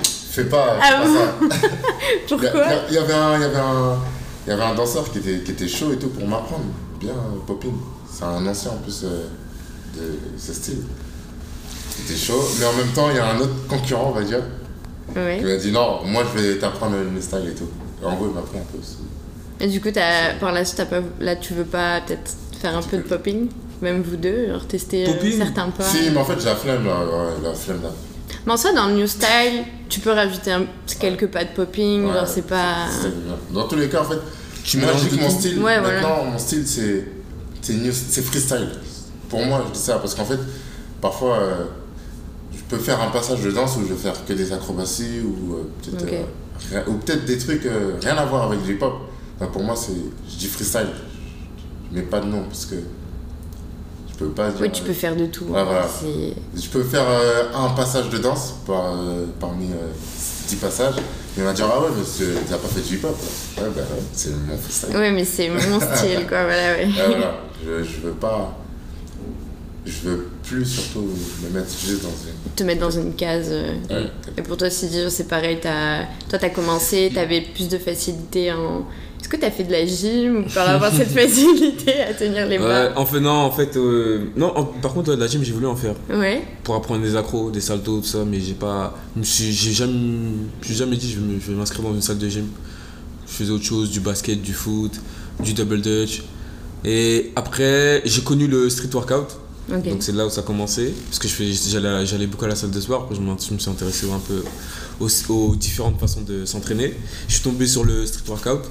[SPEAKER 13] fais pas, fais
[SPEAKER 12] Ah
[SPEAKER 13] pas
[SPEAKER 12] bon
[SPEAKER 13] ça. Il y a-
[SPEAKER 12] Pourquoi
[SPEAKER 13] Il y, avait un, il y avait un, il y avait un danseur qui était, qui était chaud et tout pour m'apprendre. Bien, euh, Popin. C'est un ancien en plus euh, de ce style. C'était chaud, mais en même temps, il y a un autre concurrent, on va dire, qui
[SPEAKER 12] Ouais.
[SPEAKER 13] m'a dit non, moi je vais t'apprendre le style et tout. Et en gros, il m'a pris un peu. ce-
[SPEAKER 12] Et du coup, t'as- par la suite, t'as pas... là, tu veux pas peut-être faire un peu de popping Même vous deux, genre tester euh,
[SPEAKER 11] Popping
[SPEAKER 12] certains pas
[SPEAKER 13] Si, mais en fait, j'ai la flemme là, ouais, la flemme là.
[SPEAKER 12] Mais en soi, dans le new style, tu peux rajouter un- quelques pas de popping,
[SPEAKER 13] Ouais,
[SPEAKER 12] genre c'est pas.
[SPEAKER 13] c'est bien. Dans tous les cas, en fait,
[SPEAKER 11] Tu
[SPEAKER 13] moi
[SPEAKER 11] mélanges
[SPEAKER 13] je dis
[SPEAKER 11] de
[SPEAKER 13] que mon
[SPEAKER 11] tout.
[SPEAKER 13] style,
[SPEAKER 12] Ouais, voilà.
[SPEAKER 13] maintenant, mon style, c'est c'est new- c'est freestyle. Pour moi, je dis ça parce qu'en fait, parfois, euh, je peux faire un passage de danse où je vais faire que des acrobaties ou euh, peut-être
[SPEAKER 12] Ok.
[SPEAKER 13] euh, rien- ou peut-être des trucs euh, rien à voir avec du hip-hop. Enfin, pour moi, c'est je dis freestyle. Je mets pas de nom parce que je peux pas dire.
[SPEAKER 12] Oui, tu peux faire de tout. hein,
[SPEAKER 13] Ouais, voilà.
[SPEAKER 12] C'est-
[SPEAKER 13] Je peux faire euh, un passage de danse par, euh, parmi euh, 10 passages. Il va dire Ah ouais, mais c'est- t'as pas fait du hip-hop. là. Ouais, bah ouais, c'est mon freestyle.
[SPEAKER 12] Ouais, mais c'est mon style, quoi, voilà, ouais.
[SPEAKER 13] Ouais, voilà, je, je veux pas. Je veux plus surtout me mettre juste dans une.
[SPEAKER 12] Te mettre dans une case. euh.
[SPEAKER 13] Ouais.
[SPEAKER 12] Et pour toi, Sidi, c'est pareil, t'as... toi, t'as commencé, t'avais plus de facilité en. Est-ce que t'as fait de la gym ou par avoir cette facilité à tenir les
[SPEAKER 11] Ouais,
[SPEAKER 12] bras
[SPEAKER 11] en fait non, en fait euh, non, en- par contre ouais, de la gym, j'ai voulu en faire
[SPEAKER 12] Ouais.
[SPEAKER 11] pour apprendre des accros, des saltos, tout ça, mais j'ai pas je me suis j'ai jamais je me suis jamais dit je vais me- je vais m'inscrire dans une salle de gym. Je faisais autre chose, du basket, du foot, du double dutch. Et après, j'ai connu le street workout.
[SPEAKER 12] Ok.
[SPEAKER 11] Donc c'est là où ça a commencé, parce que je fais- j'allais j'allais beaucoup à la salle de sport, après je m'en- je me suis intéressé un peu aux, aux différentes façons de s'entraîner. Je suis tombé sur le street workout,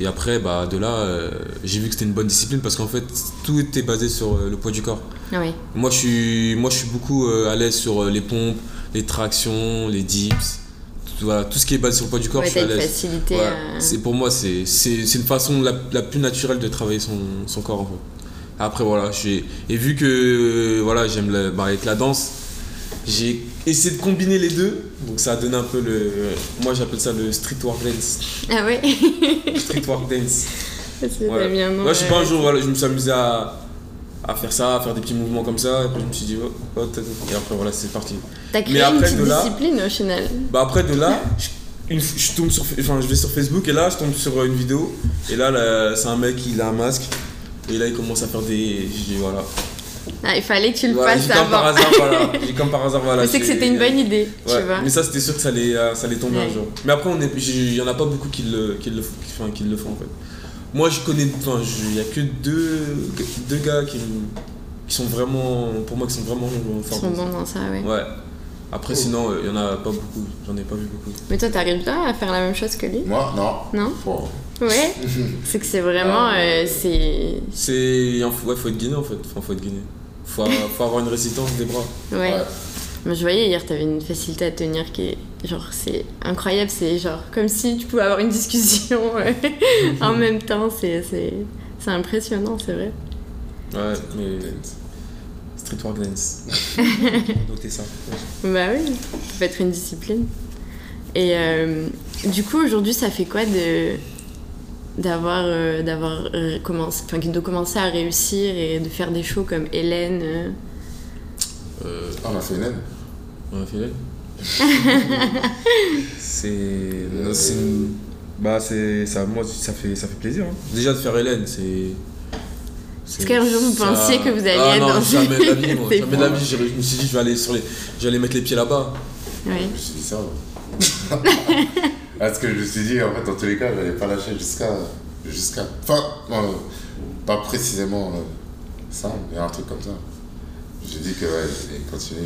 [SPEAKER 11] et après bah, de là, euh, j'ai vu que c'était une bonne discipline, parce qu'en fait tout était basé sur euh, le poids du corps.
[SPEAKER 12] Ah ouais.
[SPEAKER 11] Moi je suis, moi, je suis beaucoup euh, à l'aise sur euh, les pompes, les tractions, les dips, tout, voilà, tout ce qui est basé sur le poids du corps,
[SPEAKER 12] Ouais,
[SPEAKER 11] je suis
[SPEAKER 12] t'as
[SPEAKER 11] à
[SPEAKER 12] une
[SPEAKER 11] l'aise.
[SPEAKER 12] facilité. hein.
[SPEAKER 11] Ouais,
[SPEAKER 12] à-
[SPEAKER 11] c'est pour moi c'est c'est- c'est une façon la, la plus naturelle de travailler son, son corps en fait. Après voilà, j'ai et vu que voilà, j'aime la- bah, avec la danse, j'ai essayé de combiner les deux. Donc ça a donné un peu le moi j'appelle ça le street work dance,
[SPEAKER 12] Ah ouais
[SPEAKER 11] street work dance.
[SPEAKER 12] Parce que
[SPEAKER 11] Ouais.
[SPEAKER 12] t'as mis un nom,
[SPEAKER 11] Moi je sais pas
[SPEAKER 12] euh,
[SPEAKER 11] un jour voilà, je me suis amusé à à faire ça, à faire des petits mouvements comme ça et puis je me suis dit oh, oh, tac, tac. et après voilà, c'est parti.
[SPEAKER 12] T'as créé
[SPEAKER 11] Mais après,
[SPEAKER 12] une petite
[SPEAKER 11] de là-
[SPEAKER 12] discipline au final.
[SPEAKER 11] Bah après de là, je, une- je tombe sur, enfin, je vais sur Facebook et là je tombe sur euh, une vidéo et là, là, c'est un mec il a un masque et là il commence à faire des, je dis voilà.
[SPEAKER 12] Ah, il fallait que tu le
[SPEAKER 11] Voilà,
[SPEAKER 12] fasses
[SPEAKER 11] j'ai comme par
[SPEAKER 12] avant.
[SPEAKER 11] hasard voilà, j'ai comme par hasard voilà.
[SPEAKER 12] Je sais que
[SPEAKER 11] j'ai-
[SPEAKER 12] c'était une bonne idée,
[SPEAKER 11] Ouais,
[SPEAKER 12] tu vois.
[SPEAKER 11] Mais ça c'était sûr que ça allait, euh, ça allait tomber
[SPEAKER 12] Ouais.
[SPEAKER 11] un jour. Mais après on est, j'ai- il y en a pas beaucoup qui le, qui le, f- qui, enfin, qui le font en fait. Moi je connais, enfin je- il y a que deux, deux gars qui, me- qui sont vraiment, pour moi qui sont vraiment
[SPEAKER 12] Ils
[SPEAKER 11] forts.
[SPEAKER 12] sont bons dans ça, ouais.
[SPEAKER 11] Ouais. Après sinon euh, il y en a pas beaucoup, j'en ai pas vu beaucoup.
[SPEAKER 12] Mais toi, t'arrives pas à faire la même chose que lui
[SPEAKER 13] Moi, non.
[SPEAKER 12] Non
[SPEAKER 13] Faut-
[SPEAKER 12] Ouais. c'est que c'est vraiment.
[SPEAKER 13] Ah.
[SPEAKER 12] euh, c'est.
[SPEAKER 11] C'est. Ouais, faut être guiné en fait. Enfin, faut être guiné. Faut, avoir- faut avoir une résistance des bras.
[SPEAKER 12] Ouais.
[SPEAKER 13] Ouais.
[SPEAKER 12] Moi, je voyais hier, t'avais une facilité à tenir qui est. Genre, c'est incroyable. C'est genre comme si tu pouvais avoir une discussion euh, en même temps. C'est. c'est- C'est impressionnant, c'est vrai.
[SPEAKER 11] Ouais, mais. Street work dance. Notez ça.
[SPEAKER 12] Bah oui, ça peut être une discipline. Et euh, du coup, aujourd'hui, ça fait quoi de d'avoir euh, d'avoir euh, commencé enfin de commencer à réussir et de faire des shows comme Hélène euh.
[SPEAKER 13] Ah, on a fait Hélène.
[SPEAKER 11] On a fait Hélène C'est. c'est une- Euh, Bah, c'est. Ça, moi, ça fait, ça fait plaisir. hein. Déjà, de faire Hélène, c'est.
[SPEAKER 12] Est-ce qu'un jour, vous
[SPEAKER 11] ça-
[SPEAKER 12] pensiez que vous alliez
[SPEAKER 11] ah,
[SPEAKER 12] être
[SPEAKER 11] non,
[SPEAKER 12] dans une-
[SPEAKER 11] jamais de la vie, moi.
[SPEAKER 12] C'est
[SPEAKER 11] Jamais de la vie. J'ai- Je me suis dit, je vais aller, sur les... je vais aller mettre les pieds là-bas.
[SPEAKER 12] Ouais.
[SPEAKER 13] Je me suis dit ça. ouais. Parce que je me suis dit, en fait, dans tous les cas, je n'allais pas lâcher jusqu'à. jusqu'à enfin, non, pas précisément euh, ça, mais un truc comme ça. J'ai dit que, ouais, j'allais continuer.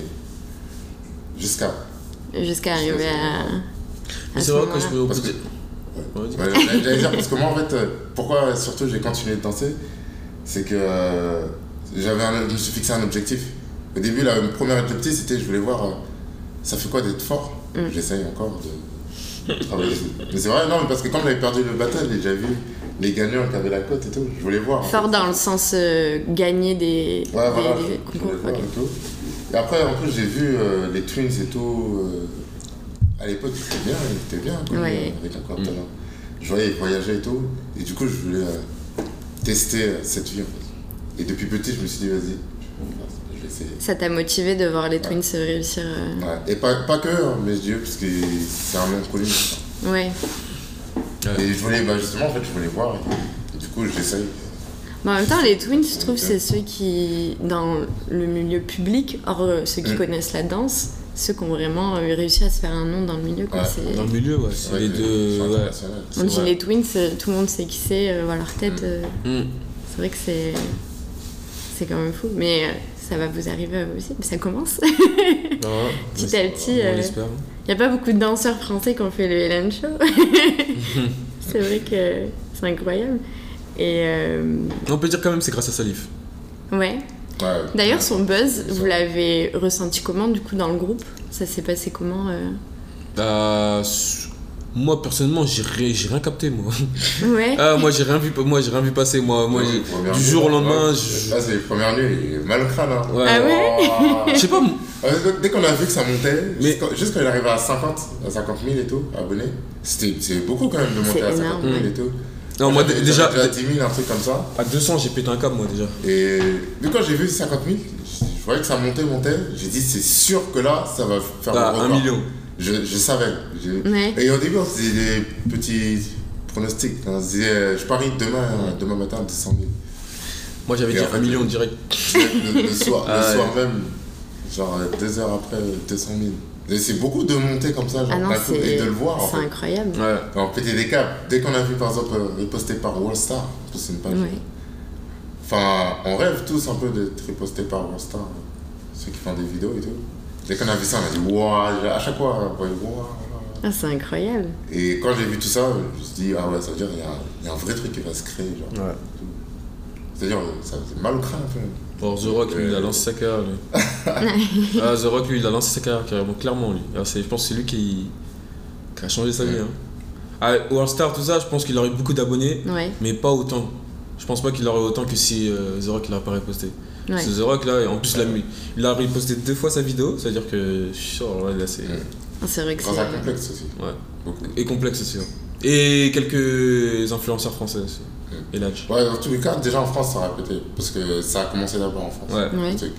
[SPEAKER 13] Jusqu'à.
[SPEAKER 12] jusqu'à arriver à, à
[SPEAKER 11] Mais
[SPEAKER 12] ce
[SPEAKER 11] c'est vrai que je
[SPEAKER 12] moment-là.
[SPEAKER 11] peux.
[SPEAKER 13] Parce que-
[SPEAKER 11] Ouais, dis-
[SPEAKER 13] Ouais, j'allais- j'allais dire, parce que moi, en fait, euh, pourquoi surtout j'ai continué de danser, c'est que euh, j'avais un- je me suis fixé un objectif. Au début, la mon premier objectif, c'était je voulais voir euh, ça fait quoi d'être fort. J'essaye encore de travailler. dessus. mais c'est vrai, non, mais parce que quand j'avais perdu le battle et j'avais vu les gagnants qui avaient la cote et tout, je voulais voir. en
[SPEAKER 12] fort
[SPEAKER 13] fait.
[SPEAKER 12] dans le sens euh, gagner des,
[SPEAKER 13] Ouais,
[SPEAKER 12] des-
[SPEAKER 13] voilà,
[SPEAKER 12] des
[SPEAKER 13] je- je
[SPEAKER 12] concours
[SPEAKER 13] voulais voir
[SPEAKER 12] Ah, ok.
[SPEAKER 13] et tout. Et après, en plus, j'ai vu euh, les Twins et tout. euh, à l'époque, c'était bien, c'était bien quoi, euh,
[SPEAKER 12] Ouais.
[SPEAKER 13] avec la
[SPEAKER 11] Mm.
[SPEAKER 13] quarantaine. Je voyais ils voyageaient et tout. Et du coup, je voulais euh, tester euh, cette vie en fait. Et depuis petit, je me suis dit, vas-y, je vais essayer.
[SPEAKER 12] ça t'a motivé de voir les twins se réussir euh,
[SPEAKER 13] Ouais. Et pas, pas que, hein, mais je dis eux, parce que c'est un même produit.
[SPEAKER 12] ouais
[SPEAKER 13] Et je voulais, bah, justement, en fait, je voulais voir. Et du coup, j'essaye.
[SPEAKER 12] Mais en même temps, les twins, je trouve, c'est ceux qui, dans le milieu public, hors euh, ceux qui
[SPEAKER 13] Mm.
[SPEAKER 12] connaissent la danse, ceux qui ont vraiment euh, réussi à se faire un nom dans le milieu. quoi,
[SPEAKER 13] Ouais,
[SPEAKER 12] c'est-
[SPEAKER 11] Dans le milieu, ouais. C'est
[SPEAKER 13] Ouais,
[SPEAKER 11] les
[SPEAKER 13] que
[SPEAKER 11] deux.
[SPEAKER 13] c'est
[SPEAKER 11] Ouais.
[SPEAKER 13] international.
[SPEAKER 12] On dit
[SPEAKER 11] vrai.
[SPEAKER 12] les twins, euh, tout le monde sait qui c'est, euh, voit leur tête. euh,
[SPEAKER 11] Mm.
[SPEAKER 12] C'est vrai que c'est. C'est quand même fou, mais euh, ça va vous arriver à vous aussi. Mais ça commence.
[SPEAKER 11] Non, ouais.
[SPEAKER 12] Petit
[SPEAKER 11] Mais
[SPEAKER 12] à
[SPEAKER 11] c'est-
[SPEAKER 12] petit,
[SPEAKER 11] On
[SPEAKER 12] euh,
[SPEAKER 11] l'espère.
[SPEAKER 12] Il n'y a pas beaucoup de danseurs français qui ont fait le Hélène Show. c'est vrai que c'est incroyable. Et euh,
[SPEAKER 11] On peut dire quand même, c'est grâce à Salif.
[SPEAKER 12] ouais.
[SPEAKER 13] Ouais.
[SPEAKER 12] D'ailleurs, son buzz, vous l'avez ressenti comment du coup dans le groupe Ça s'est passé comment euh
[SPEAKER 11] Euh, moi personnellement, j'ai rien, j'ai rien capté moi.
[SPEAKER 12] Ouais.
[SPEAKER 11] Ah, moi j'ai rien vu, moi j'ai rien vu passer moi. Moi, j'ai-
[SPEAKER 13] Première
[SPEAKER 11] du
[SPEAKER 13] nuit,
[SPEAKER 11] jour au
[SPEAKER 13] ouais.
[SPEAKER 11] lendemain, je,
[SPEAKER 13] Là, c'est les premières nuits, il est mal au crâne. Hein.
[SPEAKER 11] Ouais.
[SPEAKER 12] Ah ouais
[SPEAKER 13] Ouah.
[SPEAKER 11] je sais pas. moi.
[SPEAKER 13] Euh, Dès qu'on a vu que ça montait,
[SPEAKER 11] Mais-
[SPEAKER 13] juste quand- juste quand il arrivait à 50, à 50 000 et tout, abonnés, c'était c'est beaucoup quand même de monter
[SPEAKER 12] C'est
[SPEAKER 13] à 50
[SPEAKER 12] énorme,
[SPEAKER 13] 000 et tout.
[SPEAKER 11] Non, moi d-
[SPEAKER 13] J'avais-
[SPEAKER 11] déjà
[SPEAKER 13] j'avais déjà 10 000, un truc comme ça.
[SPEAKER 11] à 200, j'ai pété un câble moi déjà.
[SPEAKER 13] Et mais quand j'ai vu 50 000, je je voyais que ça montait, montait. J'ai dit, c'est sûr que là, ça va faire
[SPEAKER 11] Bah,
[SPEAKER 13] le
[SPEAKER 11] un
[SPEAKER 13] record.
[SPEAKER 11] million.
[SPEAKER 13] Je, je savais. Je-
[SPEAKER 12] Ouais.
[SPEAKER 13] Et au début, on faisait des petits pronostics. On se disait, euh, je parie demain, demain matin, 200 000.
[SPEAKER 11] Moi j'avais
[SPEAKER 13] Et
[SPEAKER 11] dit
[SPEAKER 13] en fait,
[SPEAKER 11] un million direct.
[SPEAKER 13] le, le soir, le
[SPEAKER 11] Ah ouais.
[SPEAKER 13] soir même, genre euh, deux heures après, euh, 200 000. Et c'est beaucoup de monter comme ça, genre,
[SPEAKER 12] Ah non,
[SPEAKER 13] d'un coup, et
[SPEAKER 12] c'est
[SPEAKER 13] de le voir. en
[SPEAKER 12] c'est
[SPEAKER 13] fait.
[SPEAKER 12] incroyable.
[SPEAKER 11] Ouais.
[SPEAKER 13] Alors, péter des câbles. Dès qu'on a vu, par exemple, euh, reposté par Wallstar, parce que c'est une page.
[SPEAKER 12] Ouais.
[SPEAKER 13] Enfin, on rêve tous un peu d'être reposté par Wallstar, hein. ceux qui font des vidéos et tout. Dès qu'on a vu ça, on a dit, waouh, à chaque fois, on voyait, Wouah.
[SPEAKER 12] Ah, c'est incroyable.
[SPEAKER 13] Et quand j'ai vu tout ça, je me suis dit, ah ouais, ça veut dire, il y a- il y, a un vrai truc qui va se créer. Genre.
[SPEAKER 11] Ouais.
[SPEAKER 13] C'est-à-dire, euh, ça faisait mal au crâne un peu.
[SPEAKER 11] Bon, The Rock lui il a lancé sa carrière. lui. ah, The Rock lui il a lancé sa carrière carrément, clairement lui. Alors, c'est- je pense que c'est lui qui, qui a changé sa vie. Hein. Ah, World Star tout ça, je pense qu'il aurait eu beaucoup d'abonnés,
[SPEAKER 12] Ouais.
[SPEAKER 11] mais pas autant. Je pense pas qu'il aurait autant que si euh, The Rock l'aurait pas reposté.
[SPEAKER 12] Ouais.
[SPEAKER 11] Ce The Rock là, et en plus la mu- il a reposté deux fois sa vidéo, c'est-à-dire que oh, ouais, là c'est
[SPEAKER 13] Ouais.
[SPEAKER 12] Ah, C'est vrai que
[SPEAKER 13] Grâce à
[SPEAKER 12] c'est.
[SPEAKER 13] complexe aussi.
[SPEAKER 11] ouais.
[SPEAKER 13] Beaucoup.
[SPEAKER 11] et complexe aussi. ouais. Et quelques influenceurs français aussi.
[SPEAKER 13] Ouais.
[SPEAKER 11] Et l'âge.
[SPEAKER 13] Ouais, dans tous les cas, déjà en France, ça aurait pété. Parce que ça a commencé d'abord en France.
[SPEAKER 11] Ouais.
[SPEAKER 13] le
[SPEAKER 12] Ouais.
[SPEAKER 13] truc.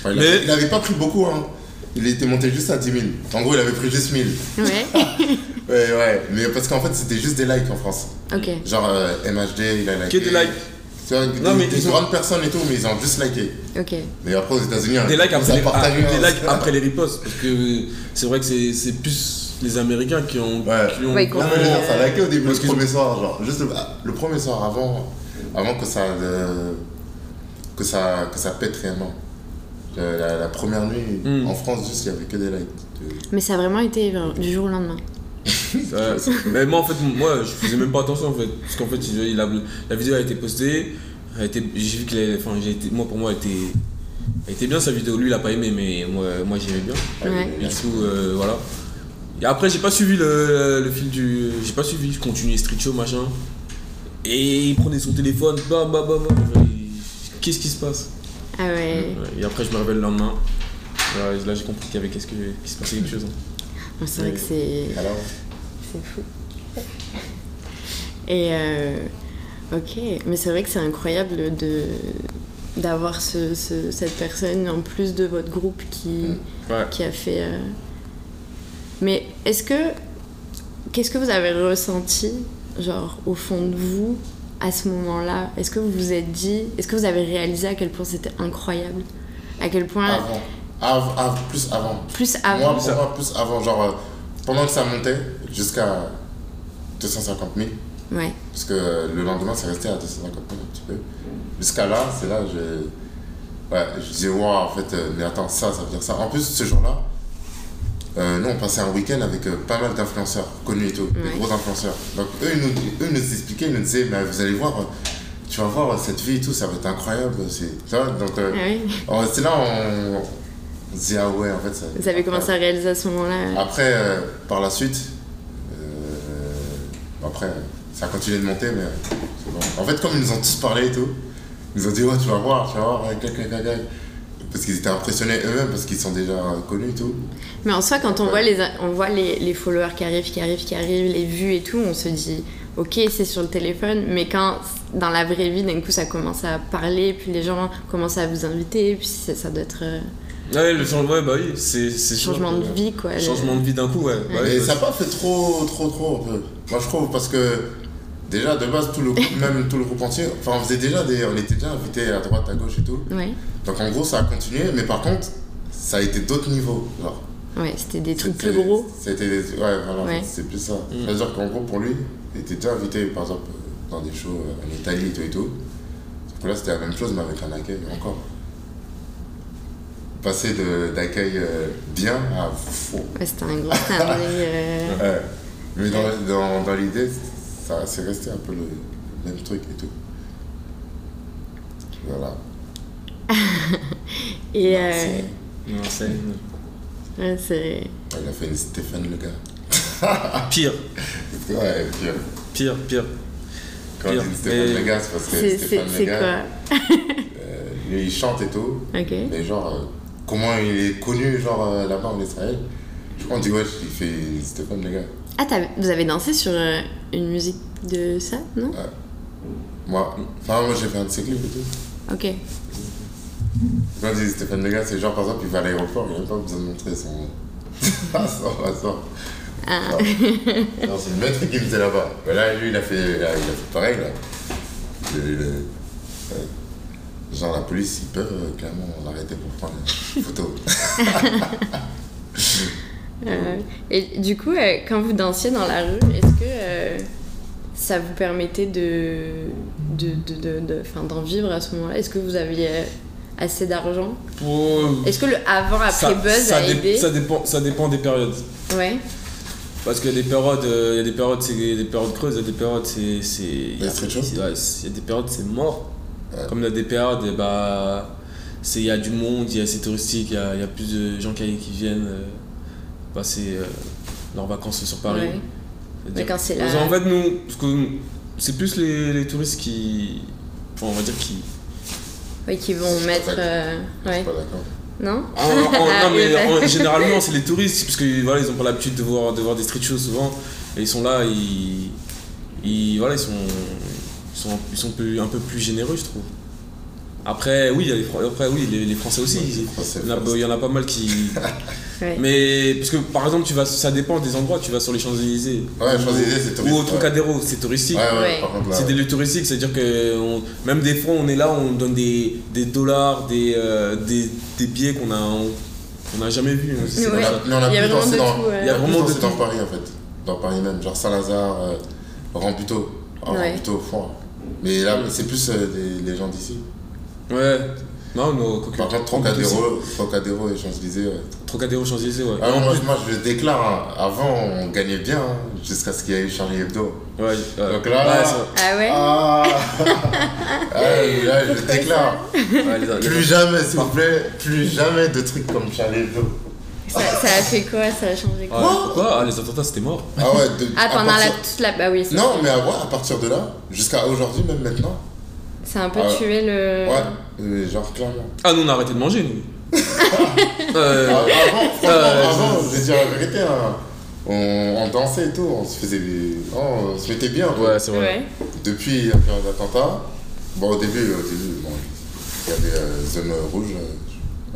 [SPEAKER 13] Enfin, il,
[SPEAKER 11] Mais-
[SPEAKER 13] avait, il avait pas pris beaucoup, hein. Il était monté juste à 10 000. En gros, il avait pris juste 1000.
[SPEAKER 12] Ouais.
[SPEAKER 13] Ouais, ouais. Mais parce qu'en fait, c'était juste des likes en France.
[SPEAKER 12] Ok.
[SPEAKER 13] Genre, euh, MHD, il a liké.
[SPEAKER 11] Que des likes.
[SPEAKER 13] Tu vois,
[SPEAKER 11] Non, mais
[SPEAKER 13] des
[SPEAKER 11] ils ont-
[SPEAKER 13] grandes personnes et tout, mais ils ont juste liké.
[SPEAKER 12] Ok.
[SPEAKER 13] Mais après, aux États-Unis, hein,
[SPEAKER 11] Des likes,
[SPEAKER 13] ça
[SPEAKER 11] après les, ah,
[SPEAKER 13] partage,
[SPEAKER 11] des
[SPEAKER 13] hein.
[SPEAKER 11] likes après les reposts. Parce que c'est vrai que c'est c'est plus les Américains qui ont.
[SPEAKER 13] Ouais.
[SPEAKER 11] Qui ont
[SPEAKER 12] Ouais, ils
[SPEAKER 13] Non, mais les gens, ça a liké au début, le
[SPEAKER 11] Parce que-
[SPEAKER 13] premier soir. Genre, juste le, ah, le premier soir avant, avant que ça. euh, que ça, que ça pète réellement. Euh, La, la première nuit,
[SPEAKER 11] Hmm.
[SPEAKER 13] en France, juste, il n'y avait que des likes.
[SPEAKER 12] Mais ça a vraiment été genre, du jour au lendemain.
[SPEAKER 11] Ouais. Mais moi en fait, moi je faisais même pas attention en fait. Parce qu'en fait, il, il a- la vidéo a été postée. a été- J'ai vu qu'il avait- Enfin, j'ai été- moi pour moi, elle était, elle était bien sa vidéo. Lui il a pas aimé, mais moi, moi j'aimais bien.
[SPEAKER 12] Ouais.
[SPEAKER 11] Et du coup, euh, voilà. Et après, j'ai pas suivi le, le fil du. J'ai pas suivi, je continuais Street Show, machin. Et il prenait son téléphone, bam, bam, bam, bam. Et Qu'est-ce qui se passe
[SPEAKER 12] Ah ouais.
[SPEAKER 11] Ouais, Et après, je me réveille le lendemain. Là, là, j'ai compris qu'il y avait qu'est-ce que, qu'il se passait quelque chose. hein.
[SPEAKER 12] Ah, C'est vrai que c'est.
[SPEAKER 13] Alors
[SPEAKER 12] C'est fou. Et euh, ok, mais c'est vrai que c'est incroyable de d'avoir ce, ce- cette personne en plus de votre groupe qui,
[SPEAKER 13] Ouais.
[SPEAKER 12] qui a fait. euh, Mais est-ce que qu'est-ce que vous avez ressenti, genre au fond de vous à ce moment-là Est-ce que vous vous êtes dit, est-ce que vous avez réalisé à quel point c'était incroyable, à quel point
[SPEAKER 13] Avant. Av- av- plus avant.
[SPEAKER 12] plus avant
[SPEAKER 13] Moi, pour moi, plus avant. Genre, euh, pendant que ça montait jusqu'à 250 000,
[SPEAKER 12] Ouais.
[SPEAKER 13] parce que le lendemain, ça restait à 250 000 un petit peu. Jusqu'à là, c'est là, je. Ouais, je disais, waouh, en fait, euh, mais attends, ça, ça veut dire ça. En plus, ce jour-là, euh, nous, on passait un week-end avec euh, pas mal d'influenceurs connus et tout,
[SPEAKER 12] Ouais.
[SPEAKER 13] des gros influenceurs. Donc, eux, ils nous, eux, nous expliquaient, ils nous disaient, mais vous allez voir, euh, tu vas voir euh, cette vie et tout, ça va être incroyable. c'est- Tu vois, donc, euh,
[SPEAKER 12] Ah oui.
[SPEAKER 13] on restait là, on, on se dit, ah ouais, en fait, ça.
[SPEAKER 12] Vous avez commencé à réaliser à ce moment-là.
[SPEAKER 13] Après, euh, par la suite, euh, après, euh, ça a continué de monter, mais euh, c'est bon. En fait, comme ils nous ont tous parlé et tout, ils nous ont dit, ouais, tu vas voir, tu vas voir, ouais, clac, clac, clac, clac. Parce qu'ils étaient impressionnés eux-mêmes, parce qu'ils sont déjà euh, connus et tout.
[SPEAKER 12] Mais en soi, quand on
[SPEAKER 13] Ouais.
[SPEAKER 12] voit, les, on voit les, les followers qui arrivent, qui arrivent, qui arrivent, les vues et tout, on se dit, ok, c'est sur le téléphone, mais quand dans la vraie vie, d'un coup, ça commence à parler, puis les gens commencent à vous inviter, puis ça, ça doit être euh,
[SPEAKER 11] Ouais, le changement, ouais, bah oui, c'est. c'est sûr
[SPEAKER 12] changement de
[SPEAKER 11] que-
[SPEAKER 12] vie, quoi. le-
[SPEAKER 11] Changement de vie d'un coup, ouais. Bah
[SPEAKER 13] Mais
[SPEAKER 11] oui, bah,
[SPEAKER 13] ça n'a pas fait trop, trop, trop. un peu. Moi, je trouve, parce que déjà, de base, tout le groupe, même tout le groupe entier, enfin, on faisait déjà des. On était déjà invités à droite, à gauche et tout.
[SPEAKER 12] Ouais,
[SPEAKER 13] Donc, en gros, ça a continué, mais par contre, ça a été d'autres niveaux. Genre,
[SPEAKER 12] ouais c'était des trucs
[SPEAKER 13] C'était-
[SPEAKER 12] plus gros.
[SPEAKER 13] C'était des- Ouais, voilà,
[SPEAKER 12] Ouais.
[SPEAKER 13] c'est plus ça. C'est-à-dire qu'en gros, pour lui, il était déjà invité, par exemple, euh, dans des shows euh, en Italie et tout et tout. Sauf que là, c'était la même chose, mais avec un accueil encore. Passer de- d'accueil euh, bien à faux.
[SPEAKER 12] Ouais, c'était un gros travail. euh,
[SPEAKER 13] Ouais. Mais dans, dans, dans l'idée, ça c'est resté un peu le même truc et tout. Voilà.
[SPEAKER 12] Et euh,
[SPEAKER 13] C'est-
[SPEAKER 11] non, c'est-
[SPEAKER 12] ouais, c'est.
[SPEAKER 13] Il a fait une Stéphane, le gars.
[SPEAKER 11] Pire,
[SPEAKER 13] Ouais, et puis, euh,
[SPEAKER 11] pire, pire.
[SPEAKER 13] quand on
[SPEAKER 11] Pire.
[SPEAKER 13] dit Stéphane,
[SPEAKER 11] Mais-
[SPEAKER 13] le gars, c'est parce que
[SPEAKER 12] c'est- C'est
[SPEAKER 13] Stéphane, le
[SPEAKER 12] c'est
[SPEAKER 13] gars,
[SPEAKER 12] quoi
[SPEAKER 13] euh, lui, il chante et tout.
[SPEAKER 12] Ok.
[SPEAKER 13] Mais genre, euh, comment il est connu, genre, euh, là-bas en Israël Je crois qu'on dit, ouais, il fait Stéphane, le gars.
[SPEAKER 12] Ah, t'avais- vous avez dansé sur euh, une musique de ça, non
[SPEAKER 13] Moi, enfin, moi, j'ai fait un de ses clips et tout.
[SPEAKER 11] Euh.
[SPEAKER 12] Ok.
[SPEAKER 13] Quand on dit Stéphane, le gars, c'est genre, par exemple, il va à l'aéroport, il n'a même pas besoin de montrer son. son passeport.
[SPEAKER 12] Ah.
[SPEAKER 13] Non, c'est le maître qui me faisait là-bas. Mais là, lui, il a fait, là, il a fait pareil, là. Le- le- ouais. Genre, la police, ils peuvent euh, clairement l'arrêter pour prendre une photo.
[SPEAKER 12] Euh, et du coup, euh, quand vous dansiez dans la rue, est-ce que euh, ça vous permettait de, de, de, de- de- 'fin, d'en vivre à ce moment-là Est-ce que vous aviez euh, assez d'argent
[SPEAKER 11] Pour-
[SPEAKER 12] Est-ce que le avant-après buzz a
[SPEAKER 11] dé-
[SPEAKER 12] aidé
[SPEAKER 11] ça dépend, ça dépend des périodes.
[SPEAKER 12] Ouais.
[SPEAKER 11] Parce qu'il y a des périodes, euh, il y a des périodes, c'est des périodes creuses, il y a des périodes, c'est, c'est, il y a,
[SPEAKER 13] c'est chaud.
[SPEAKER 11] c'est- ouais, c'est- il y a des périodes, c'est mort. Comme il y a des périodes, eh bah, c'est, il y a du monde, il y a, c'est touristique, il y a, il y a plus de gens qui, qui viennent euh, passer euh, leurs vacances sur Paris.
[SPEAKER 12] Ouais. Mais quand c'est la-
[SPEAKER 11] Parce qu'en fait, nous, parce que c'est plus les, les touristes qui, enfin, on va dire qui.
[SPEAKER 12] Ouais, qui vont
[SPEAKER 13] Je
[SPEAKER 12] mettre.
[SPEAKER 13] suis pas
[SPEAKER 12] euh,
[SPEAKER 13] Je suis
[SPEAKER 12] ouais.
[SPEAKER 13] pas Oh, d'accord.
[SPEAKER 12] Non
[SPEAKER 11] En- en-
[SPEAKER 12] Ah,
[SPEAKER 11] non, mais
[SPEAKER 12] oui, bah.
[SPEAKER 11] en- généralement, c'est les touristes, parce que voilà, ils ont pas l'habitude de voir, de voir des street shows souvent, et ils sont là, ils, ils- voilà, ils sont, ils sont, ils sont plus- un peu plus généreux, je trouve. Après, oui, il y a les, Fran- après, oui, les, les Français aussi.
[SPEAKER 13] Ouais,
[SPEAKER 11] ils-
[SPEAKER 13] les Français,
[SPEAKER 11] il, y en a,
[SPEAKER 13] Français.
[SPEAKER 11] il y en a pas mal qui.
[SPEAKER 12] Ouais.
[SPEAKER 11] mais parce que par exemple, tu vas, ça dépend des endroits. Tu vas sur les Champs Élysées.
[SPEAKER 13] Ouais, les Champs-Élysées, c'est touristique,
[SPEAKER 11] Ou au
[SPEAKER 13] ouais.
[SPEAKER 11] Trocadéro, c'est touristique.
[SPEAKER 13] Ouais, Bah ouais,
[SPEAKER 12] Ouais.
[SPEAKER 13] par contre, là.
[SPEAKER 11] C'est des lieux touristiques, c'est-à-dire que on- même des fois, on est là, on donne des, des dollars, des, euh, des, des billets qu'on a, on, qu'on a jamais vus. hein, C'est
[SPEAKER 12] Ouais.
[SPEAKER 11] comme ça.
[SPEAKER 13] Mais on a
[SPEAKER 12] Il y a
[SPEAKER 13] plus
[SPEAKER 12] vraiment
[SPEAKER 13] dansé
[SPEAKER 12] de
[SPEAKER 13] dans,
[SPEAKER 12] tout, ouais.
[SPEAKER 13] il y a vraiment
[SPEAKER 11] de
[SPEAKER 13] dansé dans
[SPEAKER 11] tout.
[SPEAKER 13] Paris en fait, dans Paris même, genre Saint-Lazare, euh, Rambuteau, Ah,
[SPEAKER 12] Ouais.
[SPEAKER 13] Rambuteau, Foire. Mais là, c'est plus euh, des- les gens d'ici.
[SPEAKER 11] Ouais. Non, non, quoique.
[SPEAKER 13] Par contre, Trocadéro, Trocadéro et Champs-Élysées. ouais.
[SPEAKER 11] Trocadéro, Champs-Élysées, ouais.
[SPEAKER 13] Ah non, moi, je- moi, je le déclare, hein. avant on gagnait bien, hein, jusqu'à ce qu'il y ait eu Charlie Hebdo.
[SPEAKER 11] ouais, ouais.
[SPEAKER 13] Donc là,
[SPEAKER 11] Ouais, c'est
[SPEAKER 12] Ah ouais
[SPEAKER 13] Ah, Ah, là, je le déclare.
[SPEAKER 11] vrai. Ouais, les- les-
[SPEAKER 13] Plus jamais, s'il vous plaît, plus jamais de trucs comme Charlie Hebdo.
[SPEAKER 12] ça, ça a fait quoi Ça a changé
[SPEAKER 11] Ouais,
[SPEAKER 12] quoi
[SPEAKER 11] Pourquoi Ah, les attentats, c'était mort.
[SPEAKER 13] Ah ouais, de-
[SPEAKER 12] Ah,
[SPEAKER 13] à
[SPEAKER 12] pendant la,
[SPEAKER 13] partir-
[SPEAKER 12] toute la. Bah oui, c'est
[SPEAKER 13] Non, mais à, ouais, à partir de là, jusqu'à aujourd'hui, même maintenant.
[SPEAKER 12] ça a un peu
[SPEAKER 13] Ah.
[SPEAKER 12] tué le.
[SPEAKER 13] Ouais, mais genre clairement.
[SPEAKER 11] Ah, nous, on a arrêté de manger, nous. Euh,
[SPEAKER 13] Ah, Avant, franchement,
[SPEAKER 11] Euh,
[SPEAKER 13] avant, je vais dire la vérité, hein. on, on dansait et tout, on se faisait des- oh, on se mettait bien. quoi.
[SPEAKER 11] Ouais, c'est vrai.
[SPEAKER 13] Depuis la période d'attentat, bon, au début, au début, bon, il y avait euh, zone rouge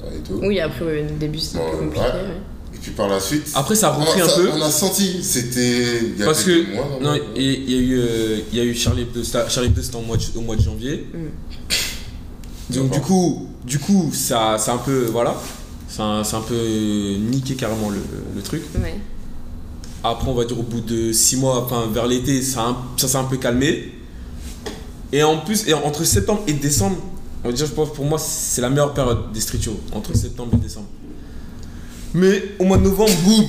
[SPEAKER 13] euh, et tout.
[SPEAKER 12] Oui, après, ouais, au début, c'était un peu
[SPEAKER 13] Bon,
[SPEAKER 12] compliqué.
[SPEAKER 13] ouais.
[SPEAKER 12] ouais.
[SPEAKER 13] Et puis par la suite.
[SPEAKER 11] Après, ça a repris
[SPEAKER 13] on,
[SPEAKER 11] un
[SPEAKER 13] ça-
[SPEAKER 11] peu.
[SPEAKER 13] On a senti, c'était. il y a
[SPEAKER 11] Parce
[SPEAKER 13] quelques
[SPEAKER 11] que
[SPEAKER 13] mois,
[SPEAKER 11] non,
[SPEAKER 13] ouais.
[SPEAKER 11] il il y, a eu, euh, il y a eu Charlie Hebdo. C'était- Charlie Hebdo c'était en mois de- au mois de janvier. Donc du
[SPEAKER 13] Mm. D'accord.
[SPEAKER 11] coup, du coup, ça, c'est un peu voilà, c'est un, c'est un peu euh, niqué carrément le, le truc.
[SPEAKER 12] Ouais.
[SPEAKER 11] Après, on va dire au bout de 6 mois, enfin vers l'été, ça, a un- ça s'est un peu calmé. Et en plus, et entre septembre et décembre, on va dire, je pense pour moi, c'est la meilleure période des street shows, entre septembre et décembre. Mais au mois de novembre, boum,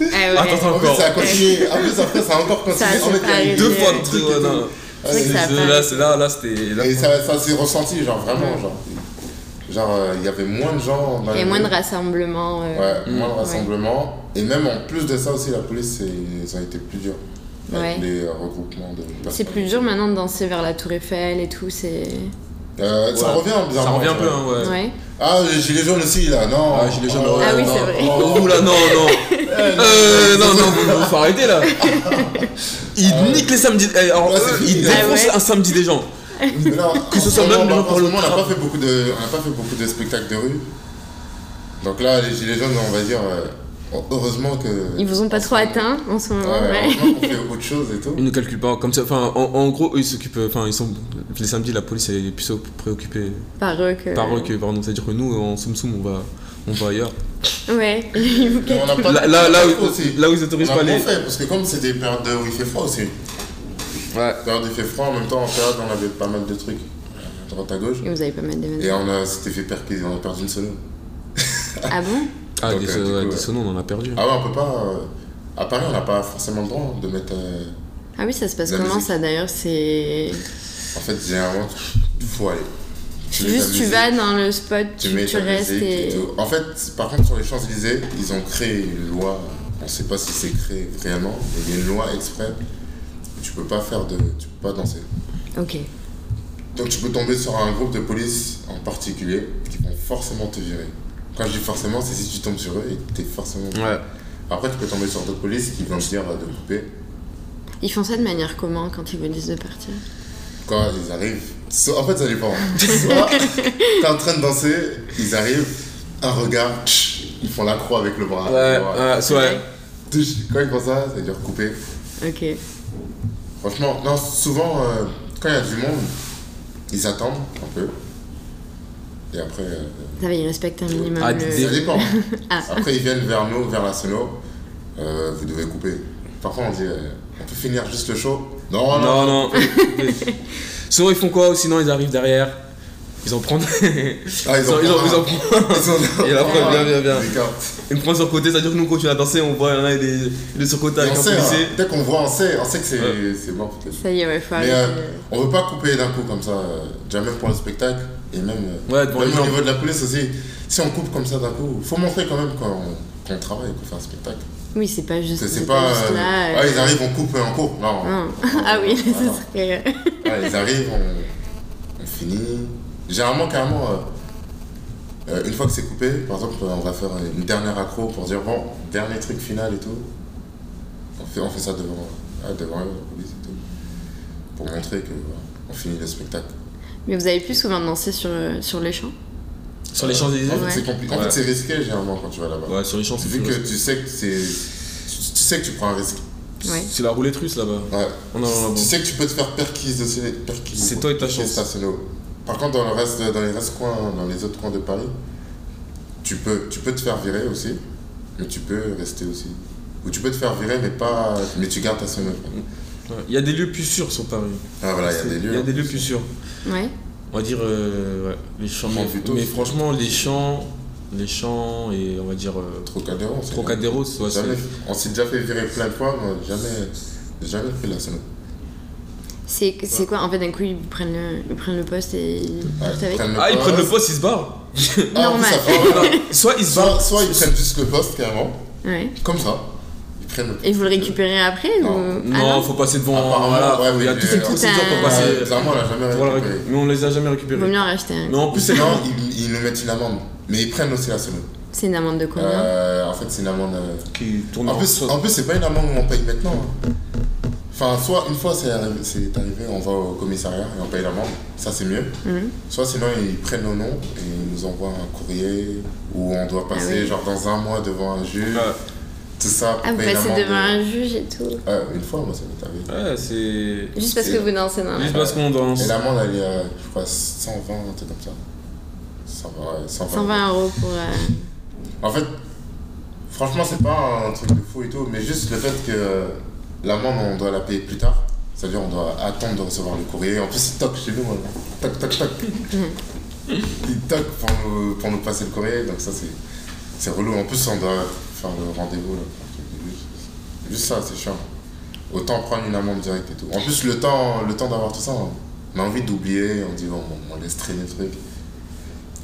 [SPEAKER 12] Ah ouais.
[SPEAKER 11] attends
[SPEAKER 13] En plus,
[SPEAKER 11] encore.
[SPEAKER 13] ça a continué. En plus, après, ça a encore continué.
[SPEAKER 12] Ça a
[SPEAKER 13] En fait, il y a
[SPEAKER 12] séparé.
[SPEAKER 13] eu
[SPEAKER 11] Deux
[SPEAKER 12] Ouais.
[SPEAKER 11] fois le truc. ouais, non.
[SPEAKER 13] Ah,
[SPEAKER 12] C'est vrai que ça a
[SPEAKER 11] C'est-
[SPEAKER 12] pas-
[SPEAKER 11] Là, c'est là, là, c'était. là,
[SPEAKER 13] Et ça, ça s'est ressenti, genre vraiment, genre. Genre, euh, il y avait moins de gens. dans
[SPEAKER 12] Il y a
[SPEAKER 13] les
[SPEAKER 12] moins de
[SPEAKER 13] rues.
[SPEAKER 12] rassemblements. euh,
[SPEAKER 13] Ouais, moins de rassemblements. Et même en plus de ça aussi, la police, c'est- ça a été plus dur. Avec
[SPEAKER 12] Ouais.
[SPEAKER 13] les euh, regroupements de personnes.
[SPEAKER 12] C'est plus dur maintenant de danser vers la Tour Eiffel et tout, c'est.
[SPEAKER 13] Euh, Ça
[SPEAKER 11] Ouais.
[SPEAKER 13] revient
[SPEAKER 11] Ça
[SPEAKER 13] bizarrement.
[SPEAKER 11] revient un
[SPEAKER 13] tu
[SPEAKER 11] peu,
[SPEAKER 13] vois.
[SPEAKER 11] hein, ouais.
[SPEAKER 12] Ouais.
[SPEAKER 13] Ah, les gilets jaunes aussi, là, non.
[SPEAKER 11] Ah, gilets jaunes, ouais,
[SPEAKER 12] Ah oui, c'est
[SPEAKER 13] non.
[SPEAKER 12] vrai.
[SPEAKER 13] Oh,
[SPEAKER 11] Oh là, non, non. Euh, non, non, vous, vous faut arrêter là. Ils niquent les samedis. eh, Alors,
[SPEAKER 13] Ah Ouais,
[SPEAKER 11] eux,
[SPEAKER 13] c'est
[SPEAKER 11] ils
[SPEAKER 13] fini.
[SPEAKER 11] défoncent
[SPEAKER 12] Ah ouais.
[SPEAKER 11] un samedi des gens.
[SPEAKER 13] Mais non,
[SPEAKER 11] Que ce
[SPEAKER 13] en
[SPEAKER 11] soit même les
[SPEAKER 13] moment,
[SPEAKER 11] gens
[SPEAKER 13] par
[SPEAKER 11] pour le
[SPEAKER 13] contre, on n'a
[SPEAKER 11] travail.
[SPEAKER 13] pas fait beaucoup de, on n'a pas fait beaucoup de spectacles de rue. Donc là, les gilets jaunes, on va dire, euh, heureusement que.
[SPEAKER 12] Ils vous ont pas trop atteint en ce
[SPEAKER 13] Ouais,
[SPEAKER 12] moment, ouais.
[SPEAKER 13] heureusement qu'on fait autre chose et tout.
[SPEAKER 11] Ils ne calculent pas comme ça. Enfin, en, en gros, eux ils s'occupent. euh, Enfin, ils sont. Les samedis, la police elle est plus préoccupée
[SPEAKER 12] Par eux que.
[SPEAKER 11] par eux que par nous. C'est-à-dire que nous, en soum soum, on va, on va ailleurs.
[SPEAKER 12] Ouais, ils vous
[SPEAKER 13] Mais on n'a pas-
[SPEAKER 11] Là, là, là,
[SPEAKER 13] on a aussi.
[SPEAKER 11] où, là où ils autorisent
[SPEAKER 13] On
[SPEAKER 11] pas
[SPEAKER 13] a
[SPEAKER 11] les.
[SPEAKER 13] moins fait, parce que comme c'était des périodes où il fait froid aussi.
[SPEAKER 11] Ouais.
[SPEAKER 13] Période où il fait froid, en même temps, en période, on avait pas mal de trucs. euh, à droite à gauche.
[SPEAKER 12] Et vous avez pas mal d'événements.
[SPEAKER 13] Et on a, s'était fait perquer, on a perdu une solo.
[SPEAKER 12] Ah bon
[SPEAKER 11] Ah,
[SPEAKER 13] Donc,
[SPEAKER 11] des,
[SPEAKER 13] euh, du
[SPEAKER 11] ouais,
[SPEAKER 13] coup,
[SPEAKER 11] des
[SPEAKER 13] ouais.
[SPEAKER 11] sonos, on en a perdu.
[SPEAKER 13] Ah ouais, on peut pas. euh, à Paris, on n'a pas forcément le droit de mettre. euh,
[SPEAKER 12] Ah oui, ça se passe
[SPEAKER 13] La
[SPEAKER 12] comment
[SPEAKER 13] musique.
[SPEAKER 12] ça d'ailleurs C'est.
[SPEAKER 13] En fait, généralement, il faut aller. Tu mets ta
[SPEAKER 12] Juste tu
[SPEAKER 13] musique,
[SPEAKER 12] vas dans le spot, tu,
[SPEAKER 13] mets
[SPEAKER 12] tu
[SPEAKER 13] ta
[SPEAKER 12] restes
[SPEAKER 13] musique
[SPEAKER 12] et.
[SPEAKER 13] tout. En fait, par contre, sur les Champs-Élysées, ils ont créé une loi. On ne sait pas si c'est créé réellement, mais il y a une loi exprès. Tu peux pas faire de. Tu peux pas danser.
[SPEAKER 12] Ok.
[SPEAKER 13] Donc, tu peux tomber sur un groupe de police en particulier qui vont forcément te virer. Quand je dis forcément, c'est si tu tombes sur eux et t'es forcément.
[SPEAKER 11] Ouais.
[SPEAKER 13] Après, tu peux tomber sur d'autres polices qui vont te dire de couper.
[SPEAKER 12] Ils font ça de manière comment quand ils vous disent de partir
[SPEAKER 13] quand ils arrivent, so- en fait ça dépend. Soit t'es en train de danser, ils arrivent, un regard, tch, ils font la croix avec le bras.
[SPEAKER 11] Ouais,
[SPEAKER 13] Voilà.
[SPEAKER 11] ouais, soit- ouais.
[SPEAKER 13] Tch, Quand ils font ça, ça veut dire couper.
[SPEAKER 12] Ok.
[SPEAKER 13] Franchement, non, souvent euh, quand il y a du monde, ils attendent un peu. Et après, euh,
[SPEAKER 12] Ça va, ils respectent un minimum.
[SPEAKER 11] Ah,
[SPEAKER 12] le-
[SPEAKER 11] des-
[SPEAKER 13] ça dépend.
[SPEAKER 12] Ah.
[SPEAKER 13] Après ils viennent vers nous, vers la sono, euh, vous devez couper. Parfois on dit, euh, on peut finir juste le show. Non, non,
[SPEAKER 11] Non, non. Souvent, ils font quoi ou Sinon, ils arrivent derrière. Ils en prennent.
[SPEAKER 13] Ah,
[SPEAKER 11] Ils en- ils en- ils en
[SPEAKER 13] prennent.
[SPEAKER 11] prennent.
[SPEAKER 13] Ils en-
[SPEAKER 11] Et la preuve, bien, bien, bien.
[SPEAKER 13] Des cartes.
[SPEAKER 11] Une prend sur côté, c'est-à-dire que nous, quand tu as dansé, on voit, il y en a, il est, il est sur côté
[SPEAKER 13] Et
[SPEAKER 11] avec
[SPEAKER 13] on
[SPEAKER 11] un
[SPEAKER 13] sait,
[SPEAKER 11] policier.
[SPEAKER 13] hein. dès qu'on voit, on sait, on sait que c'est
[SPEAKER 11] Ouais.
[SPEAKER 13] c'est mort. peut-être.
[SPEAKER 12] Ça y est, ouais, faut
[SPEAKER 13] Mais
[SPEAKER 12] arrêter.
[SPEAKER 13] euh, on veut pas couper d'un coup comme ça, euh, déjà même pour le spectacle et même, euh,
[SPEAKER 11] Ouais, devant
[SPEAKER 13] même
[SPEAKER 11] les
[SPEAKER 13] au
[SPEAKER 11] gens.
[SPEAKER 13] niveau de la police aussi. Si on coupe comme ça d'un coup, faut montrer quand même qu'on qu'on travaille, qu'on fait un spectacle.
[SPEAKER 12] Oui, c'est pas juste.
[SPEAKER 13] C'est- C'est
[SPEAKER 12] c'est
[SPEAKER 13] pas.
[SPEAKER 12] juste
[SPEAKER 13] euh,
[SPEAKER 12] là, euh,
[SPEAKER 13] ah, ils arrivent, on coupe et on coupe. Non.
[SPEAKER 12] non.
[SPEAKER 13] Non,
[SPEAKER 12] Ah oui,
[SPEAKER 13] non, non.
[SPEAKER 12] ça serait. euh,
[SPEAKER 13] Ah, ils arrivent, on, on finit. Généralement, carrément, euh, euh, une fois que c'est coupé, par exemple, euh, on va faire une dernière accro pour dire bon, dernier truc final et tout. On fait, on fait ça devant, ah, devant eux, la police et tout. Pour montrer que voilà, on finit le spectacle.
[SPEAKER 12] Mais vous avez plus souvent dansé sur, euh, sur les champs
[SPEAKER 11] Sur les
[SPEAKER 13] En
[SPEAKER 11] Champs-Élysées
[SPEAKER 13] fait,
[SPEAKER 12] Ouais.
[SPEAKER 13] c'est compli- en fait,
[SPEAKER 11] Ouais.
[SPEAKER 13] c'est risqué généralement quand tu vas là-bas.
[SPEAKER 11] Ouais, sur les Champs-Élysées.
[SPEAKER 13] Vu que tu sais que c'est. Tu tu sais que tu prends un risque.
[SPEAKER 12] Ouais.
[SPEAKER 11] C'est la roulette russe là-bas.
[SPEAKER 13] Ouais.
[SPEAKER 11] Oh non, non, non.
[SPEAKER 13] Tu sais que tu peux te faire perquise de chez- perquise-
[SPEAKER 11] C'est toi et ta chance.
[SPEAKER 13] stationner. Par contre, dans, le reste, dans les restes coins, dans les autres coins de Paris, tu peux, tu peux te faire virer aussi, mais tu peux rester aussi. Ou tu peux te faire virer, mais pas, mais tu gardes ta sono.
[SPEAKER 11] Ouais. Il y a des lieux plus sûrs sur Paris.
[SPEAKER 13] Ah voilà, il y a
[SPEAKER 11] C'est-
[SPEAKER 13] des lieux.
[SPEAKER 11] Il y a des lieux plus sûrs.
[SPEAKER 12] Ouais.
[SPEAKER 11] On va dire, euh, ouais, les champs.
[SPEAKER 13] Prends
[SPEAKER 11] Mais,
[SPEAKER 13] plutôt,
[SPEAKER 11] mais
[SPEAKER 13] c'est-
[SPEAKER 11] franchement, les champs, les champs et on va dire euh,
[SPEAKER 13] Trocadéro, on s'est-
[SPEAKER 11] Trocadéro, c'est- ouais, c'est-
[SPEAKER 13] Jamais- On s'est déjà fait virer plein de fois, mais on n'a jamais, jamais fait la sono.
[SPEAKER 12] C'est c'est quoi En fait, d'un coup, ils prennent le, ils prennent le poste et ils partent avec
[SPEAKER 11] Ah, ils prennent le poste, ils se barrent.
[SPEAKER 13] Ah, en plus, ça fait-
[SPEAKER 11] Soit ils se
[SPEAKER 13] soit,
[SPEAKER 11] barrent.
[SPEAKER 13] soit ils prennent juste le poste carrément,
[SPEAKER 12] Ouais.
[SPEAKER 13] comme ça. Ils prennent le poste.
[SPEAKER 12] Et vous le récupérez après
[SPEAKER 13] Non.
[SPEAKER 12] ou... Ah
[SPEAKER 11] Non, faut passer devant.
[SPEAKER 13] Apparemment,
[SPEAKER 11] Voilà,
[SPEAKER 13] ouais,
[SPEAKER 11] faut- il y a
[SPEAKER 13] mais
[SPEAKER 11] toutes ces
[SPEAKER 13] euh,
[SPEAKER 11] procédures pour
[SPEAKER 12] euh,
[SPEAKER 11] passer.
[SPEAKER 13] Ouais, Clairement, on l'a jamais
[SPEAKER 11] pour la
[SPEAKER 13] récupéré.
[SPEAKER 11] récup- Mais on les a jamais
[SPEAKER 12] Vaut
[SPEAKER 11] récupérés.
[SPEAKER 12] mieux en racheter un.
[SPEAKER 11] Mais en
[SPEAKER 13] Ou
[SPEAKER 11] plus, c'est
[SPEAKER 13] sinon, ils, ils nous mettent une amende. Mais ils prennent aussi la semaine.
[SPEAKER 10] C'est une amende de combien
[SPEAKER 12] Mhm.
[SPEAKER 13] Euh, en fait, c'est une amende. euh,
[SPEAKER 11] Qui tourne
[SPEAKER 13] En
[SPEAKER 11] en
[SPEAKER 13] plus,
[SPEAKER 11] sauce.
[SPEAKER 13] en plus, c'est pas une amende qu'on paye maintenant. hein. Enfin, soit une fois c'est arrivé, c'est arrivé, on va au commissariat et on paye l'amende, ça c'est mieux.
[SPEAKER 12] Mhm.
[SPEAKER 13] Soit sinon ils prennent nos noms et ils nous envoient un courrier où on doit passer
[SPEAKER 12] Ah oui.
[SPEAKER 13] genre dans un mois devant un juge,
[SPEAKER 11] Ouais.
[SPEAKER 13] tout ça.
[SPEAKER 12] Ah, vous
[SPEAKER 13] payer
[SPEAKER 12] passez
[SPEAKER 13] l'amende.
[SPEAKER 12] devant un juge et tout.
[SPEAKER 13] Ouais, une fois, moi ça m'est arrivé.
[SPEAKER 11] Ouais, c'est.
[SPEAKER 12] Juste parce
[SPEAKER 13] C'est-
[SPEAKER 12] que vous dansez dans la
[SPEAKER 11] Juste parce qu'on danse.
[SPEAKER 13] Et l'amende elle est, à, je crois, 120, un truc comme ça. 120, ouais, 120.
[SPEAKER 12] 120 euros pour. euh,
[SPEAKER 13] En fait, franchement, c'est pas un truc de fou et tout, mais juste le fait que l'amende, on doit la payer plus tard. C'est-à-dire, on doit attendre de recevoir le courrier. En plus, c'est toc chez nous. hein. Toc, toc, toc. Il toc pour nous, pour nous passer le courrier, donc ça, c'est, c'est relou. En plus, on doit faire le rendez-vous. Là. Juste ça, c'est chiant. Autant prendre une amende directe et tout. En plus, le temps, le temps d'avoir tout ça, on a envie d'oublier. On dit, bon, on laisse traîner le truc.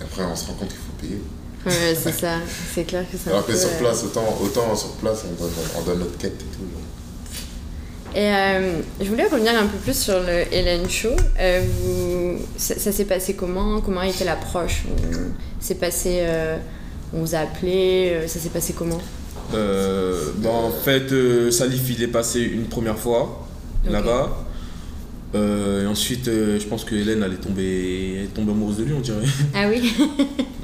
[SPEAKER 13] Et après, on se rend compte qu'il faut payer.
[SPEAKER 12] Ouais, ouais, euh, c'est ça. C'est clair que c'est un
[SPEAKER 13] Alors
[SPEAKER 12] peu.
[SPEAKER 13] que sur
[SPEAKER 12] euh,
[SPEAKER 13] place, autant, autant sur place, on donne, on donne notre quête et tout.
[SPEAKER 12] Et euh, je voulais revenir un peu plus sur le Hélène Show. Euh, vous- Ça, ça s'est passé comment Comment a été l'approche On- C'est passé. euh, On vous a appelé euh, Ça s'est passé comment
[SPEAKER 11] Euh, bah, en fait, euh, Salif, il est passé une première fois
[SPEAKER 12] Ok.
[SPEAKER 11] là-bas. Euh, et ensuite, euh, je pense que Hélène, elle est, tombée, elle est tombée amoureuse de lui, on dirait.
[SPEAKER 12] Ah oui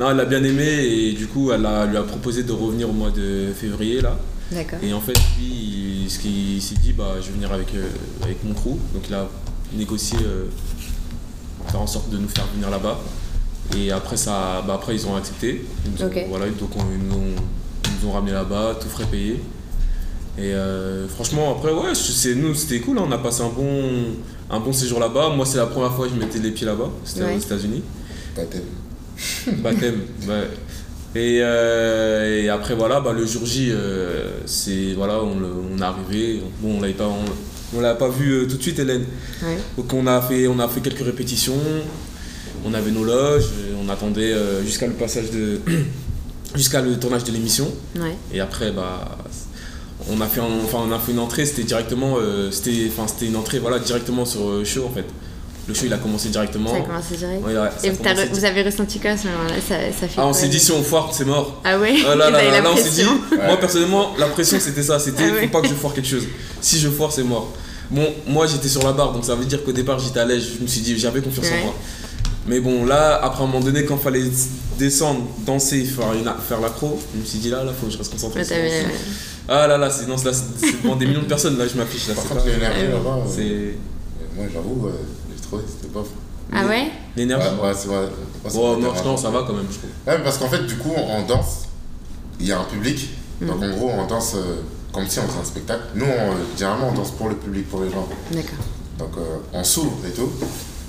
[SPEAKER 11] non, elle l'a bien aimé et du coup, elle a- lui a proposé de revenir au mois de février là.
[SPEAKER 12] D'accord.
[SPEAKER 11] Et en fait, lui, il, ce qu'il s'est dit, bah, je vais venir avec, euh, avec mon crew. Donc il a négocié, euh, faire en sorte de nous faire venir là-bas. Et après, ça, bah, après ils ont accepté. Ils nous ont,
[SPEAKER 12] Ok.
[SPEAKER 11] voilà, donc on- ils nous ont, ils nous ont ramené là-bas, tout frais payé. Et euh, franchement, après, ouais, je- c'est, nous, c'était cool. hein. on a passé un bon, un bon séjour là-bas. Moi, c'est la première fois que je mettais les pieds là-bas. C'était
[SPEAKER 12] Ouais.
[SPEAKER 11] aux États-Unis.
[SPEAKER 13] Pas tellement.
[SPEAKER 11] Baptême, Bah, ouais. Et, euh, et après, voilà, bah, le jour J, euh, c'est, voilà, on, le- on est arrivé. Bon, on l'avait pas, on, on l'a pas vu euh, tout de suite, Hélène.
[SPEAKER 12] Ouais.
[SPEAKER 11] Donc, on a, fait, on a fait quelques répétitions. On avait nos loges. euh, On attendait euh, jusqu'à le passage de. jusqu'à le tournage de l'émission.
[SPEAKER 12] Ouais.
[SPEAKER 11] Et après, bah. On a, fait un- enfin, on a fait une entrée, c'était directement. euh, c'était, enfin, c'était une entrée voilà, directement sur euh, show en fait. Le show il a commencé directement.
[SPEAKER 12] Ça a commencé direct.
[SPEAKER 11] Ouais, ouais, ça
[SPEAKER 12] Et
[SPEAKER 11] a
[SPEAKER 12] vous, t'as
[SPEAKER 11] commencé
[SPEAKER 12] re- vous avez ressenti quoi à ce moment-là ça, ça fait
[SPEAKER 11] ah, on
[SPEAKER 12] quoi,
[SPEAKER 11] s'est dit
[SPEAKER 12] vous
[SPEAKER 11] si on foire, c'est mort.
[SPEAKER 12] Ah ouais
[SPEAKER 11] Ah là
[SPEAKER 12] Vous
[SPEAKER 11] là
[SPEAKER 12] avez
[SPEAKER 11] là,
[SPEAKER 12] la
[SPEAKER 11] là, on s'est dit,
[SPEAKER 12] pression.
[SPEAKER 11] moi personnellement, la pression c'était ça, c'était
[SPEAKER 12] Ah ouais.
[SPEAKER 11] faut pas que je foire quelque chose. Si je foire, c'est mort. Bon, moi j'étais sur la barre, donc ça veut dire qu'au départ j'étais à l'aise, je me suis dit j'avais confiance
[SPEAKER 12] Ouais.
[SPEAKER 11] en moi. Mais bon, là, après un moment donné, quand fallait descendre, danser, faire, une, faire l'accro, je me suis dit là, là, faut que je reste concentré.
[SPEAKER 12] Ouais, t'avais-
[SPEAKER 11] sinon- Ah là là, c'est, non, c'est- là, c'est c'est devant des millions de personnes, là je m'affiche. Là,
[SPEAKER 13] Par
[SPEAKER 11] c'est
[SPEAKER 13] contre,
[SPEAKER 11] pas-
[SPEAKER 13] l'énergie là-bas, euh,
[SPEAKER 11] c'est
[SPEAKER 13] moi j'avoue, euh, j'ai trouvé, c'était pas fou.
[SPEAKER 12] Ah ouais
[SPEAKER 11] l'énergie.
[SPEAKER 13] Ouais, ouais, c'est vrai. Ouais, ça
[SPEAKER 11] Oh,
[SPEAKER 13] peut
[SPEAKER 11] non,
[SPEAKER 13] être
[SPEAKER 11] non,
[SPEAKER 13] un-
[SPEAKER 11] ça va quand même, je trouve.
[SPEAKER 13] Ouais, mais parce qu'en fait, du coup, on danse, il y a un public. Donc en gros, on danse euh, comme si on faisait un spectacle. Nous, on, euh, généralement, on danse pour le public, pour les gens.
[SPEAKER 12] D'accord.
[SPEAKER 13] Donc euh, on s'ouvre et tout.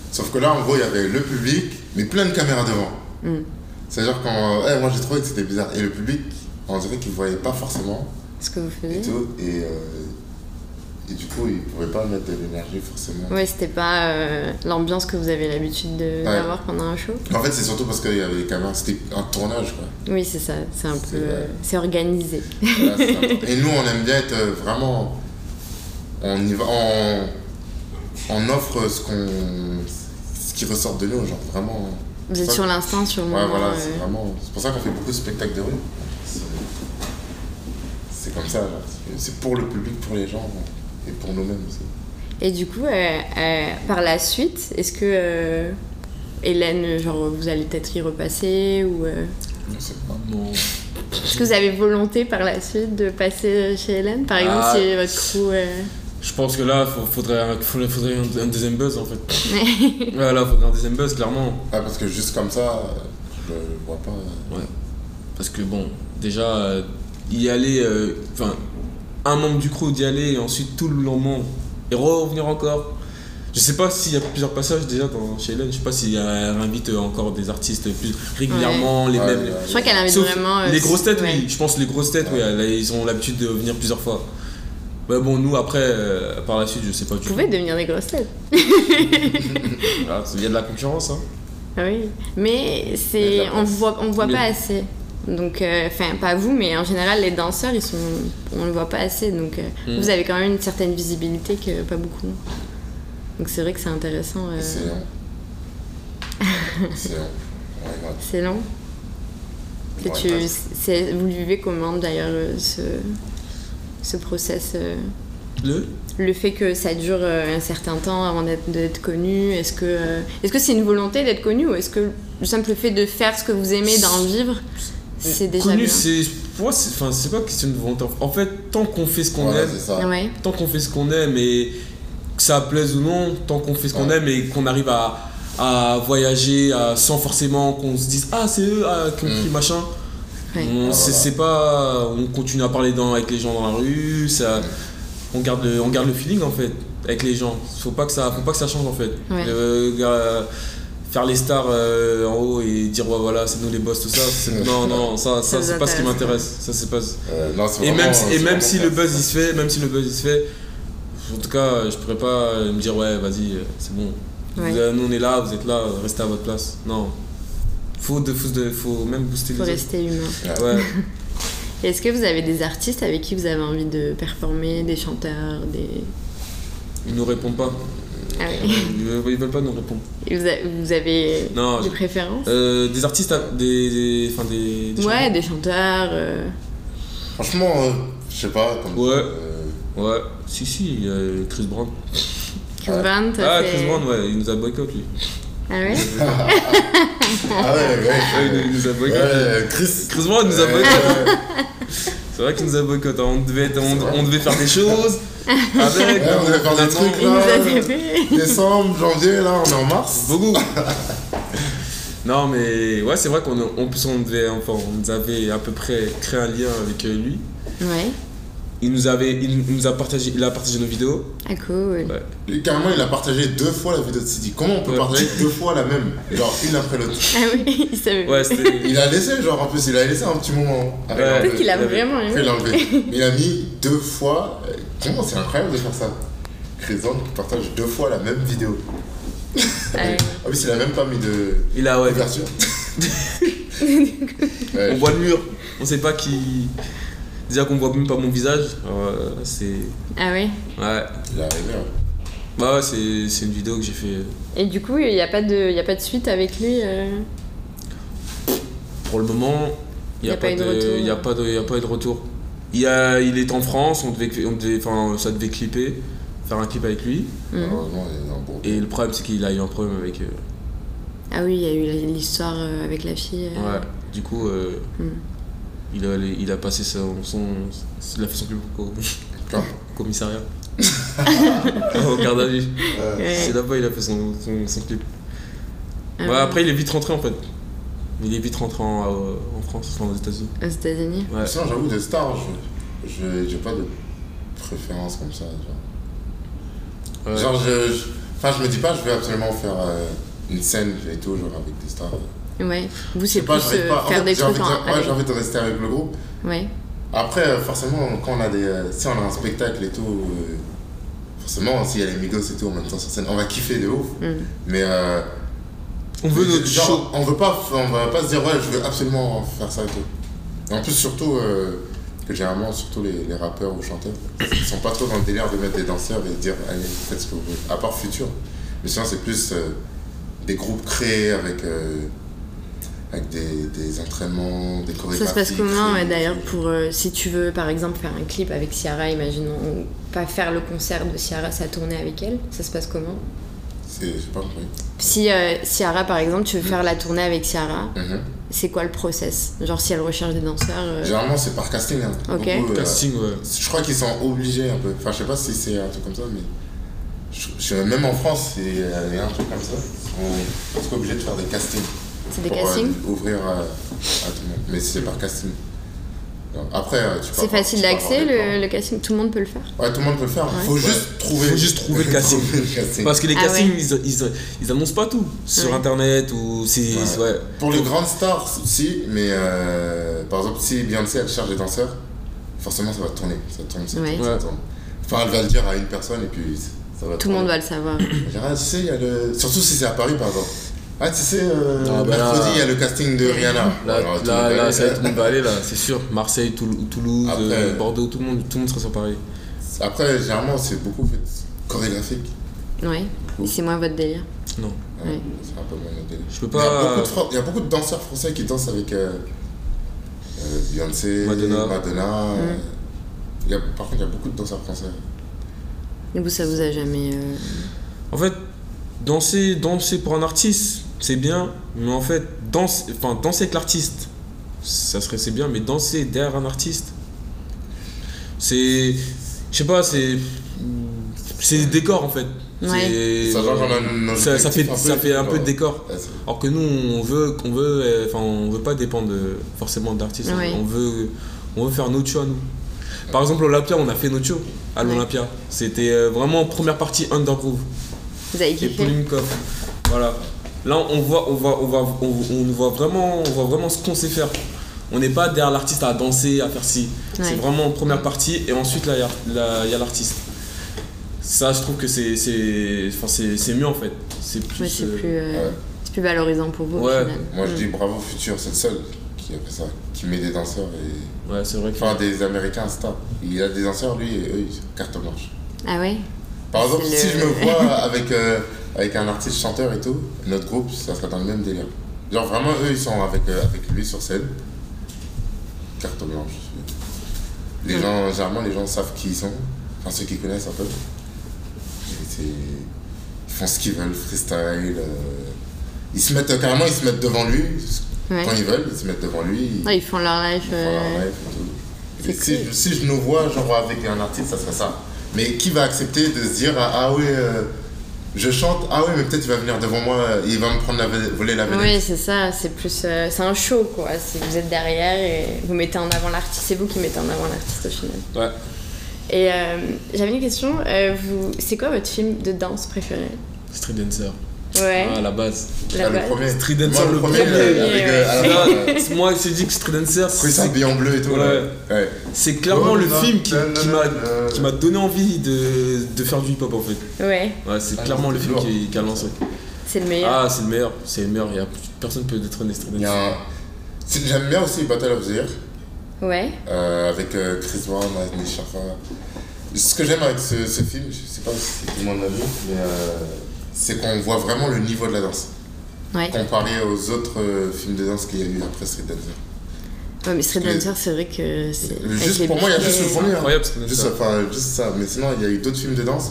[SPEAKER 13] Sauf que là, en gros, il y avait le public, mais plein de caméras devant. C'est-à-dire quand moi j'ai trouvé que c'était bizarre. Et le public, on dirait qu'il voyait pas forcément
[SPEAKER 12] Ce que vous
[SPEAKER 13] et
[SPEAKER 12] faisiez
[SPEAKER 13] tout. Et, euh, et du coup, il pouvait pas mettre de l'énergie forcément.
[SPEAKER 12] Ouais, c'était pas euh, l'ambiance que vous avez l'habitude de- d'avoir pendant un show
[SPEAKER 13] En fait, c'est surtout parce qu'il y avait les caméras, c'était un tournage quoi.
[SPEAKER 12] Oui, c'est ça. C'est un
[SPEAKER 13] C'est
[SPEAKER 12] peu. euh,
[SPEAKER 13] vrai.
[SPEAKER 12] C'est organisé.
[SPEAKER 13] Voilà, c'est un tournage. et nous, on aime bien être euh, vraiment. On y va, on, on offre ce qu'on. ce qui ressort de nous, genre vraiment.
[SPEAKER 12] Vous êtes
[SPEAKER 13] Ça-
[SPEAKER 12] sur l'instinct, sur le
[SPEAKER 13] Ouais,
[SPEAKER 12] moment.
[SPEAKER 13] voilà,
[SPEAKER 12] euh,
[SPEAKER 13] c'est vraiment. C'est pour ça qu'on fait beaucoup de spectacles de rue. C'est- C'est comme ça, genre, c'est- c'est pour le public, pour les gens et pour nous-mêmes aussi.
[SPEAKER 12] Et du coup, euh, euh, par la suite, est-ce que euh, Hélène, genre, vous allez peut-être y repasser ou euh,
[SPEAKER 13] Je sais pas.
[SPEAKER 11] Non.
[SPEAKER 12] est-ce que vous avez volonté par la suite de passer chez Hélène, par exemple,
[SPEAKER 11] Ah.
[SPEAKER 12] si votre crew euh,
[SPEAKER 11] Je pense que là, faut- faudrait, un- faudrait, faudrait un, un deuxième buzz en fait. ouais, là, faudrait un deuxième buzz clairement.
[SPEAKER 13] Ah, parce que juste comme ça, euh, je le vois pas. euh,
[SPEAKER 11] Parce que bon, déjà, euh, y aller, euh, enfin, un membre du crew d'y aller et ensuite tout le lendemain et revenir encore. Je sais pas s'il y a plusieurs passages déjà dans, chez Hélène, je sais pas s'il y a- elle invite euh, encore des artistes plus régulièrement, les
[SPEAKER 13] Ouais,
[SPEAKER 11] mêmes.
[SPEAKER 13] ouais,
[SPEAKER 12] Je crois qu'elle invite
[SPEAKER 11] Sauf
[SPEAKER 12] vraiment. euh,
[SPEAKER 11] les grosses têtes,
[SPEAKER 12] ouais.
[SPEAKER 11] oui. Je pense les grosses têtes, oui, elles- ils ont l'habitude de venir plusieurs fois. Bah bon, nous après, euh, par la suite, je sais pas du
[SPEAKER 12] Vous
[SPEAKER 11] tout.
[SPEAKER 12] pouvez devenir des grosses têtes.
[SPEAKER 11] Voilà, Il y a de la concurrence, hein.
[SPEAKER 12] Ah oui. Mais
[SPEAKER 13] Mais
[SPEAKER 12] c'est,
[SPEAKER 13] la
[SPEAKER 12] on voit, on voit
[SPEAKER 11] Mais-
[SPEAKER 12] pas assez. Donc, euh, enfin, pas vous, mais en général, les danseurs, ils sont, on le voit pas assez. Donc, euh,
[SPEAKER 11] Mm.
[SPEAKER 12] vous avez quand même une certaine visibilité que pas beaucoup. ont. Donc, c'est vrai que c'est intéressant. euh,
[SPEAKER 13] C'est long. C'est long. Vraiment.
[SPEAKER 12] c'est long. Que tu, c'est- vous le vivez comment d'ailleurs euh, ce, ce process euh,
[SPEAKER 11] Le
[SPEAKER 12] le fait que ça dure euh, un certain temps avant d'être, d'être connu, est-ce que, euh, est-ce que c'est une volonté d'être connu ou est-ce que le simple fait de faire ce que vous aimez, d'en vivre, c'est déjà
[SPEAKER 11] Euh, Connu,
[SPEAKER 12] bien
[SPEAKER 11] c'est. Pour moi, c'est enfin, c'est pas question de volonté. En fait, tant qu'on fait ce qu'on
[SPEAKER 13] Voilà,
[SPEAKER 11] aime,
[SPEAKER 13] c'est ça.
[SPEAKER 12] Ah Ouais.
[SPEAKER 11] tant qu'on fait ce qu'on aime et que ça plaise ou non, tant qu'on fait ce qu'on
[SPEAKER 13] Ouais.
[SPEAKER 11] aime et qu'on arrive à, à voyager à- sans forcément qu'on se dise ah c'est eux ah, qui ont pris machin.
[SPEAKER 12] Ouais.
[SPEAKER 11] On,
[SPEAKER 13] Mm. Ah,
[SPEAKER 11] c'est,
[SPEAKER 13] voilà.
[SPEAKER 11] c'est pas on continue à parler dans, avec les gens dans la rue, ça
[SPEAKER 13] Mm.
[SPEAKER 11] on garde le, on garde le feeling en fait avec les gens. Faut pas que ça faut pas que ça change en fait.
[SPEAKER 12] Ouais.
[SPEAKER 11] Le gars- faire les stars euh, en haut et dire ouais voilà c'est nous les boss tout ça c'est- non non ça, ça,
[SPEAKER 12] vous
[SPEAKER 11] c'est pas ce qui
[SPEAKER 12] intéresse.
[SPEAKER 11] m'intéresse ça c'est pas
[SPEAKER 13] Euh, non, c'est
[SPEAKER 11] et
[SPEAKER 13] vraiment-
[SPEAKER 11] même, si-
[SPEAKER 13] c'est
[SPEAKER 11] et même
[SPEAKER 13] vraiment
[SPEAKER 11] si
[SPEAKER 13] ça.
[SPEAKER 11] le buzz il se fait, même si le buzz il se fait, en tout cas, je pourrais pas euh, me dire ouais, vas-y, euh, c'est bon. Vous,
[SPEAKER 12] Ouais.
[SPEAKER 11] euh, nous on est là, vous êtes là, euh, restez à votre place. Non. Faut de, faut de- faut même booster
[SPEAKER 12] Faut
[SPEAKER 11] les
[SPEAKER 12] rester humain.
[SPEAKER 11] autres. Ouais.
[SPEAKER 12] Et Est-ce que vous avez des artistes avec qui vous avez envie de performer, des chanteurs, des...
[SPEAKER 11] Ils nous répondent pas.
[SPEAKER 12] Ah ouais.
[SPEAKER 11] Ils, veulent- ils veulent pas nous répondre.
[SPEAKER 12] Et vous, a- vous avez
[SPEAKER 11] Non.
[SPEAKER 12] des
[SPEAKER 11] je-
[SPEAKER 12] préférences
[SPEAKER 11] euh, des artistes, à- des, des, enfin des. des
[SPEAKER 12] Ouais, des chanteurs. euh,
[SPEAKER 13] Franchement, euh, je sais pas. Comme
[SPEAKER 11] Ouais.
[SPEAKER 13] euh,
[SPEAKER 11] chanteurs. Ouais. Si si, euh, Chris Brown.
[SPEAKER 12] Chris
[SPEAKER 13] Ouais.
[SPEAKER 12] Brown, toi,
[SPEAKER 11] ah
[SPEAKER 12] c'est-
[SPEAKER 11] Chris Brown, ouais, il nous a boycott lui.
[SPEAKER 12] Ah ouais
[SPEAKER 13] Ah ouais, ouais.
[SPEAKER 11] Ouais, il, il nous a
[SPEAKER 13] Ouais,
[SPEAKER 11] boycott.
[SPEAKER 13] euh, Chris. euh,
[SPEAKER 11] Chris Brown nous a
[SPEAKER 13] Ouais,
[SPEAKER 11] boycott.
[SPEAKER 13] ouais,
[SPEAKER 11] C'est vrai qu'il nous a boycotté, on devait, être- on, on devait faire des choses avec.
[SPEAKER 13] Ouais, on devait faire des
[SPEAKER 11] finalement,
[SPEAKER 13] trucs
[SPEAKER 12] Il nous a
[SPEAKER 13] là.
[SPEAKER 12] tapé.
[SPEAKER 13] Décembre, janvier, là, on est en mars.
[SPEAKER 11] Beaucoup. non mais ouais c'est vrai qu'on en plus on devait enfin on avait à peu près créé un lien avec euh, lui.
[SPEAKER 12] Ouais.
[SPEAKER 11] Il nous avait il nous a partagé il a partagé nos vidéos.
[SPEAKER 12] Ah cool.
[SPEAKER 11] Ouais.
[SPEAKER 13] Et carrément, il a partagé deux fois la vidéo de Sidi. Comment on peut
[SPEAKER 11] Ouais.
[SPEAKER 13] partager deux fois la même Genre une après l'autre.
[SPEAKER 12] Ah oui, il savait.
[SPEAKER 11] Ouais c'était
[SPEAKER 13] Il a laissé, genre, en plus, il a laissé un petit moment. hein, Avec
[SPEAKER 11] Ouais.
[SPEAKER 13] un peu-
[SPEAKER 12] Peut-être qu'il a
[SPEAKER 11] Il avait-
[SPEAKER 12] vraiment
[SPEAKER 13] Après,
[SPEAKER 12] aimé.
[SPEAKER 13] il l'a enlevé. Mais il a mis deux fois. euh, Comment c'est incroyable de faire ça Chris Brown qui partage deux fois la même vidéo.
[SPEAKER 12] Ah ouais.
[SPEAKER 13] Ah oui, il a même pas mis de
[SPEAKER 11] il a ouais.
[SPEAKER 13] couverture.
[SPEAKER 11] On
[SPEAKER 13] Ouais,
[SPEAKER 11] voit le mur, on sait pas qui déjà qu'on voit même pas mon visage. Alors, euh, c'est
[SPEAKER 12] Ah ouais.
[SPEAKER 11] ouais.
[SPEAKER 13] il a arrivé. hein.
[SPEAKER 11] Bah ouais, c'est c'est une vidéo que j'ai fait euh,
[SPEAKER 12] Et du coup, il n'y a, pas de- il y a pas de suite avec lui euh,
[SPEAKER 11] Pour le moment, il n'y
[SPEAKER 12] Y
[SPEAKER 11] a, pas de
[SPEAKER 12] retour.
[SPEAKER 11] il y a pas de il y a pas eu de retour. Il, y a- il est en France, on devait, on devait- enfin, ça devait clipper, faire un clip avec lui.
[SPEAKER 12] Mm.
[SPEAKER 13] Malheureusement, il y a un gros.
[SPEAKER 11] Et le problème, c'est qu'il a eu un problème avec. euh,
[SPEAKER 12] Ah oui, il y a eu la- l'histoire euh, avec la fille. euh,
[SPEAKER 11] ouais. Du coup, euh,
[SPEAKER 12] Hmm.
[SPEAKER 11] il, a, il a passé son, son, il a fait son clip au,
[SPEAKER 13] Putain.
[SPEAKER 11] au commissariat. au garde à vue.
[SPEAKER 12] Ouais.
[SPEAKER 11] C'est là-bas il a fait son, son, son clip.
[SPEAKER 12] Ah
[SPEAKER 11] Ouais,
[SPEAKER 12] ouais,
[SPEAKER 11] Après, il est vite rentré en fait. Il est vite rentré en, euh, en France, enfin, aux États-Unis.
[SPEAKER 12] Aux États-Unis.
[SPEAKER 11] Ouais.
[SPEAKER 13] Euh, Sinon, j'avoue, de stars, je je- j'ai pas de préférence comme ça. Genre,
[SPEAKER 11] Ouais.
[SPEAKER 13] genre je, je- enfin, je me dis pas, je vais absolument faire euh, une scène et tout, genre avec des stars.
[SPEAKER 12] Ouais. Vous,
[SPEAKER 13] Je
[SPEAKER 12] c'est
[SPEAKER 13] sais pas,
[SPEAKER 12] plus
[SPEAKER 13] je
[SPEAKER 12] euh,
[SPEAKER 13] pas. En
[SPEAKER 12] faire
[SPEAKER 13] fait,
[SPEAKER 12] des
[SPEAKER 13] j'ai
[SPEAKER 12] trucs
[SPEAKER 13] envie de
[SPEAKER 12] en.
[SPEAKER 13] dire- ouais,
[SPEAKER 12] avec-
[SPEAKER 13] j'ai envie de rester avec le groupe.
[SPEAKER 12] ouais.
[SPEAKER 13] Après, euh, forcément, quand on a des. euh, Si on a un spectacle et tout, euh, forcément, s'il y a les Migos et tout en même temps sur scène, on va kiffer de ouf.
[SPEAKER 12] Mm.
[SPEAKER 13] Mais. euh,
[SPEAKER 11] On veut notre
[SPEAKER 13] genre,
[SPEAKER 11] show.
[SPEAKER 13] On veut pas, on va pas se dire ouais, je veux absolument faire ça et tout. En plus surtout euh, que généralement surtout les, les rappeurs ou chanteurs, ils sont pas trop dans le délire de mettre des danseurs et de dire allez faites ce que vous voulez. À part Futur, mais sinon c'est plus euh, des groupes créés avec euh, avec des, des entraînements, des chorégraphies.
[SPEAKER 12] Ça se passe comment
[SPEAKER 13] créées.
[SPEAKER 12] ouais, d'ailleurs pour euh, si tu veux par exemple faire un clip avec Ciara, imaginons ou pas faire le concert de Ciara, sa tournée avec elle, ça se passe comment
[SPEAKER 13] C'est- J'ai pas compris.
[SPEAKER 12] Si euh, Ciara par exemple, tu veux faire la tournée avec Ciara,
[SPEAKER 13] Mhm.
[SPEAKER 12] c'est quoi le process Genre si elle recherche des danseurs, euh,
[SPEAKER 13] Généralement c'est par casting. hein.
[SPEAKER 12] Ok.
[SPEAKER 13] Beaucoup, euh,
[SPEAKER 11] Casting, ouais.
[SPEAKER 13] Je crois qu'ils sont obligés un peu. Enfin, je sais pas si c'est un truc comme ça, mais. Je, je- même en France, c'est- euh, il y a un truc comme ça. On, on serait obligé de faire des castings.
[SPEAKER 12] c'est des
[SPEAKER 13] pour, euh,
[SPEAKER 12] castings
[SPEAKER 13] Ouvrir à, à tout le monde. Mais c'est par casting. Donc, Après, euh, tu peux
[SPEAKER 12] C'est
[SPEAKER 13] avoir-
[SPEAKER 12] facile
[SPEAKER 13] tu peux
[SPEAKER 12] d'accès
[SPEAKER 13] avoir des
[SPEAKER 12] le, le casting, tout le monde peut le faire.
[SPEAKER 13] plans. Ouais, tout le monde peut le faire. Faut
[SPEAKER 11] Ouais.
[SPEAKER 13] juste trouver.
[SPEAKER 11] Faut juste trouver le casting.
[SPEAKER 13] Trouver le casting.
[SPEAKER 11] Parce que les
[SPEAKER 12] Ah
[SPEAKER 11] castings,
[SPEAKER 12] ouais.
[SPEAKER 11] ils, ils, ils annoncent pas tout sur
[SPEAKER 12] Ouais.
[SPEAKER 11] internet ou c'est.
[SPEAKER 13] Ouais.
[SPEAKER 11] Ouais.
[SPEAKER 13] Pour les grandes stars, si, mais euh, par exemple, si Beyoncé elle cherche des danseurs, forcément ça va tourner. Ça tourne, ça tourne,
[SPEAKER 12] Ouais.
[SPEAKER 13] ça tourne. Enfin, elle va le dire à une personne et puis ça
[SPEAKER 12] Tout
[SPEAKER 13] va
[SPEAKER 12] le
[SPEAKER 13] tourner.
[SPEAKER 12] monde va le savoir.
[SPEAKER 13] On dirait, ah, tu sais, il y a le. Surtout si c'est à Paris, par exemple. Ah, tu sais, euh,
[SPEAKER 11] Ah, bah là-
[SPEAKER 13] mercredi, il y a le casting de Rihanna.
[SPEAKER 11] Là,
[SPEAKER 13] Alors,
[SPEAKER 11] là,
[SPEAKER 13] tout le monde
[SPEAKER 11] là,
[SPEAKER 13] va-
[SPEAKER 11] ça y est, tout le monde va aller là, c'est sûr. Marseille, Toul- Toulouse,
[SPEAKER 13] Après-
[SPEAKER 11] euh, Bordeaux, tout le monde, tout le monde sera sur Paris.
[SPEAKER 13] Après, généralement, c'est beaucoup fait chorégraphique.
[SPEAKER 12] Ouais. Et c'est moins votre délire.
[SPEAKER 11] Non,
[SPEAKER 13] Ouais,
[SPEAKER 12] Ouais.
[SPEAKER 13] C'est un peu moins notre délire.
[SPEAKER 11] je peux
[SPEAKER 13] Il y, a
[SPEAKER 11] pas.
[SPEAKER 13] beaucoup de Fran- il y a beaucoup de danseurs français qui dansent avec, euh, euh, Beyoncé,
[SPEAKER 11] Madonna.
[SPEAKER 13] euh, il y a- par contre, il y a beaucoup de danseurs français.
[SPEAKER 12] Et vous, ça vous a jamais. euh,
[SPEAKER 11] En fait, danser, danser pour un artiste, c'est bien, mais en fait, danser, enfin, danser avec l'artiste, ça serait c'est bien, mais danser derrière un artiste, c'est, je sais pas, c'est, c'est décor en fait.
[SPEAKER 12] Ouais.
[SPEAKER 11] C'est-
[SPEAKER 13] Ça change un- un
[SPEAKER 11] ça, ça fait,
[SPEAKER 13] objectif un peu,
[SPEAKER 11] ça fait un peu de
[SPEAKER 13] euh,
[SPEAKER 11] décor.
[SPEAKER 13] Ouais, c'est-
[SPEAKER 11] Alors que nous, on veut, qu'on veut, euh, enfin, on veut pas dépendre euh, forcément d'artistes.
[SPEAKER 12] Ouais.
[SPEAKER 11] On veut, on veut faire notre show à nous. Par exemple, à l'Olympia, on a fait notre show à
[SPEAKER 12] Ouais.
[SPEAKER 11] l'Olympia. C'était euh, vraiment première partie underground
[SPEAKER 12] Vous avez
[SPEAKER 11] et
[SPEAKER 12] kiffé
[SPEAKER 11] Polimkov. Voilà. Là, on voit, on voit, on va, on, on voit vraiment, on voit vraiment ce qu'on sait faire. On n'est pas derrière l'artiste à danser, à faire ci.
[SPEAKER 12] Ouais.
[SPEAKER 11] C'est vraiment en première partie et ensuite là, il y a- là, il y a l'artiste. Ça, je trouve que c'est, c'est, enfin, c'est, c'est mieux en fait. C'est plus.
[SPEAKER 12] Ouais, c'est
[SPEAKER 11] euh,
[SPEAKER 12] plus, euh,
[SPEAKER 13] ouais.
[SPEAKER 12] c'est plus valorisant pour vous
[SPEAKER 11] Ouais.
[SPEAKER 12] au final.
[SPEAKER 13] Moi, je dis bravo Futur, c'est le seul qui a fait ça, qui met des danseurs et.
[SPEAKER 11] Ouais, c'est vrai. que-
[SPEAKER 13] Enfin, des Américains stars. Il a des danseurs, lui, et eux, ils- carte blanche.
[SPEAKER 12] Ah ouais
[SPEAKER 13] Par exemple,
[SPEAKER 12] C'est
[SPEAKER 13] si
[SPEAKER 12] le-
[SPEAKER 13] je me vois avec, euh, avec un artiste chanteur et tout, notre groupe, ça serait dans le même délire. Genre, vraiment, eux, ils sont avec, euh, avec lui sur scène. Carte blanche. Les gens, généralement, les gens savent qui ils sont. Enfin, ceux qui connaissent un peu. Et c'est- Ils font ce qu'ils veulent, freestyle. euh, Ils se mettent, carrément, ils se mettent devant lui.
[SPEAKER 12] Ouais.
[SPEAKER 13] Quand ils veulent, ils se mettent devant lui. Ils-
[SPEAKER 12] Ah, Ils font leur live.
[SPEAKER 13] pour leur
[SPEAKER 12] euh,
[SPEAKER 13] live et tout.
[SPEAKER 12] C'est
[SPEAKER 13] Et si,
[SPEAKER 12] cool.
[SPEAKER 13] je- si je nous vois genre avec un artiste, ça serait ça. Mais qui va accepter de se dire ah, ah ouais, euh, je chante, ah ouais, mais peut-être il va venir devant moi, euh, il va me prendre la vé- voler la vedette.
[SPEAKER 12] Oui, c'est ça, c'est plus. euh, c'est un show quoi. C'est- Vous êtes derrière et vous mettez en avant l'artiste. C'est vous qui mettez en avant l'artiste au final.
[SPEAKER 11] Ouais.
[SPEAKER 12] Et euh, j'avais une question. euh, vous... C'est quoi votre film de danse préféré
[SPEAKER 11] Street dancer.
[SPEAKER 12] Ouais.
[SPEAKER 11] Ah, à la base.
[SPEAKER 13] Ah, le
[SPEAKER 12] là-bas.
[SPEAKER 13] premier.
[SPEAKER 11] Street dancer,
[SPEAKER 13] Moi,
[SPEAKER 11] le
[SPEAKER 13] le premier,
[SPEAKER 11] premier,
[SPEAKER 13] euh,
[SPEAKER 12] ouais.
[SPEAKER 13] avec euh,
[SPEAKER 11] Ah,
[SPEAKER 13] Alain, euh,
[SPEAKER 11] Moi, j'ai dit que Street dancer,
[SPEAKER 13] quand il
[SPEAKER 11] c'est,
[SPEAKER 13] s'habille en bleu et tout. là.
[SPEAKER 11] Ouais.
[SPEAKER 13] Ouais.
[SPEAKER 11] c'est clairement le
[SPEAKER 13] Oh,
[SPEAKER 11] film qui,
[SPEAKER 13] non,
[SPEAKER 11] qui
[SPEAKER 13] non,
[SPEAKER 11] m'a,
[SPEAKER 13] non,
[SPEAKER 11] qui
[SPEAKER 13] non.
[SPEAKER 11] m'a donné envie de, de faire du hip-hop en fait.
[SPEAKER 12] Ouais,
[SPEAKER 11] Ouais, c'est
[SPEAKER 13] Ah,
[SPEAKER 11] clairement le
[SPEAKER 13] c'est
[SPEAKER 11] film
[SPEAKER 13] lourd.
[SPEAKER 11] qui, qui a lancé.
[SPEAKER 12] c'est le meilleur.
[SPEAKER 11] Ah, c'est le meilleur, c'est le meilleur. il Y a, personne peut détrôner Street
[SPEAKER 13] Il y a
[SPEAKER 11] Dancer.
[SPEAKER 13] un- c'est- J'aime bien aussi Battle of the Year
[SPEAKER 12] Ouais.
[SPEAKER 13] euh, avec euh, Chris Brown, Anthony Shaffer. Ce que j'aime avec ce, ce film, je sais pas si tout le monde l'a vu, mais euh, c'est qu'on voit vraiment le niveau de la danse.
[SPEAKER 12] Ouais.
[SPEAKER 13] comparé aux autres euh, films de danse qu'il y a eu après Street Dancer.
[SPEAKER 12] Ouais, Ah, mais Street Dancer, c'est vrai que c'est. avec
[SPEAKER 13] Euh, Juste
[SPEAKER 12] les
[SPEAKER 13] pour moi, il y a juste le
[SPEAKER 12] billets.
[SPEAKER 13] premier. hein.
[SPEAKER 11] Incroyable, Street
[SPEAKER 13] Juste,
[SPEAKER 11] Dancer.
[SPEAKER 13] enfin, juste ça. Mais sinon, il y a eu d'autres films de danse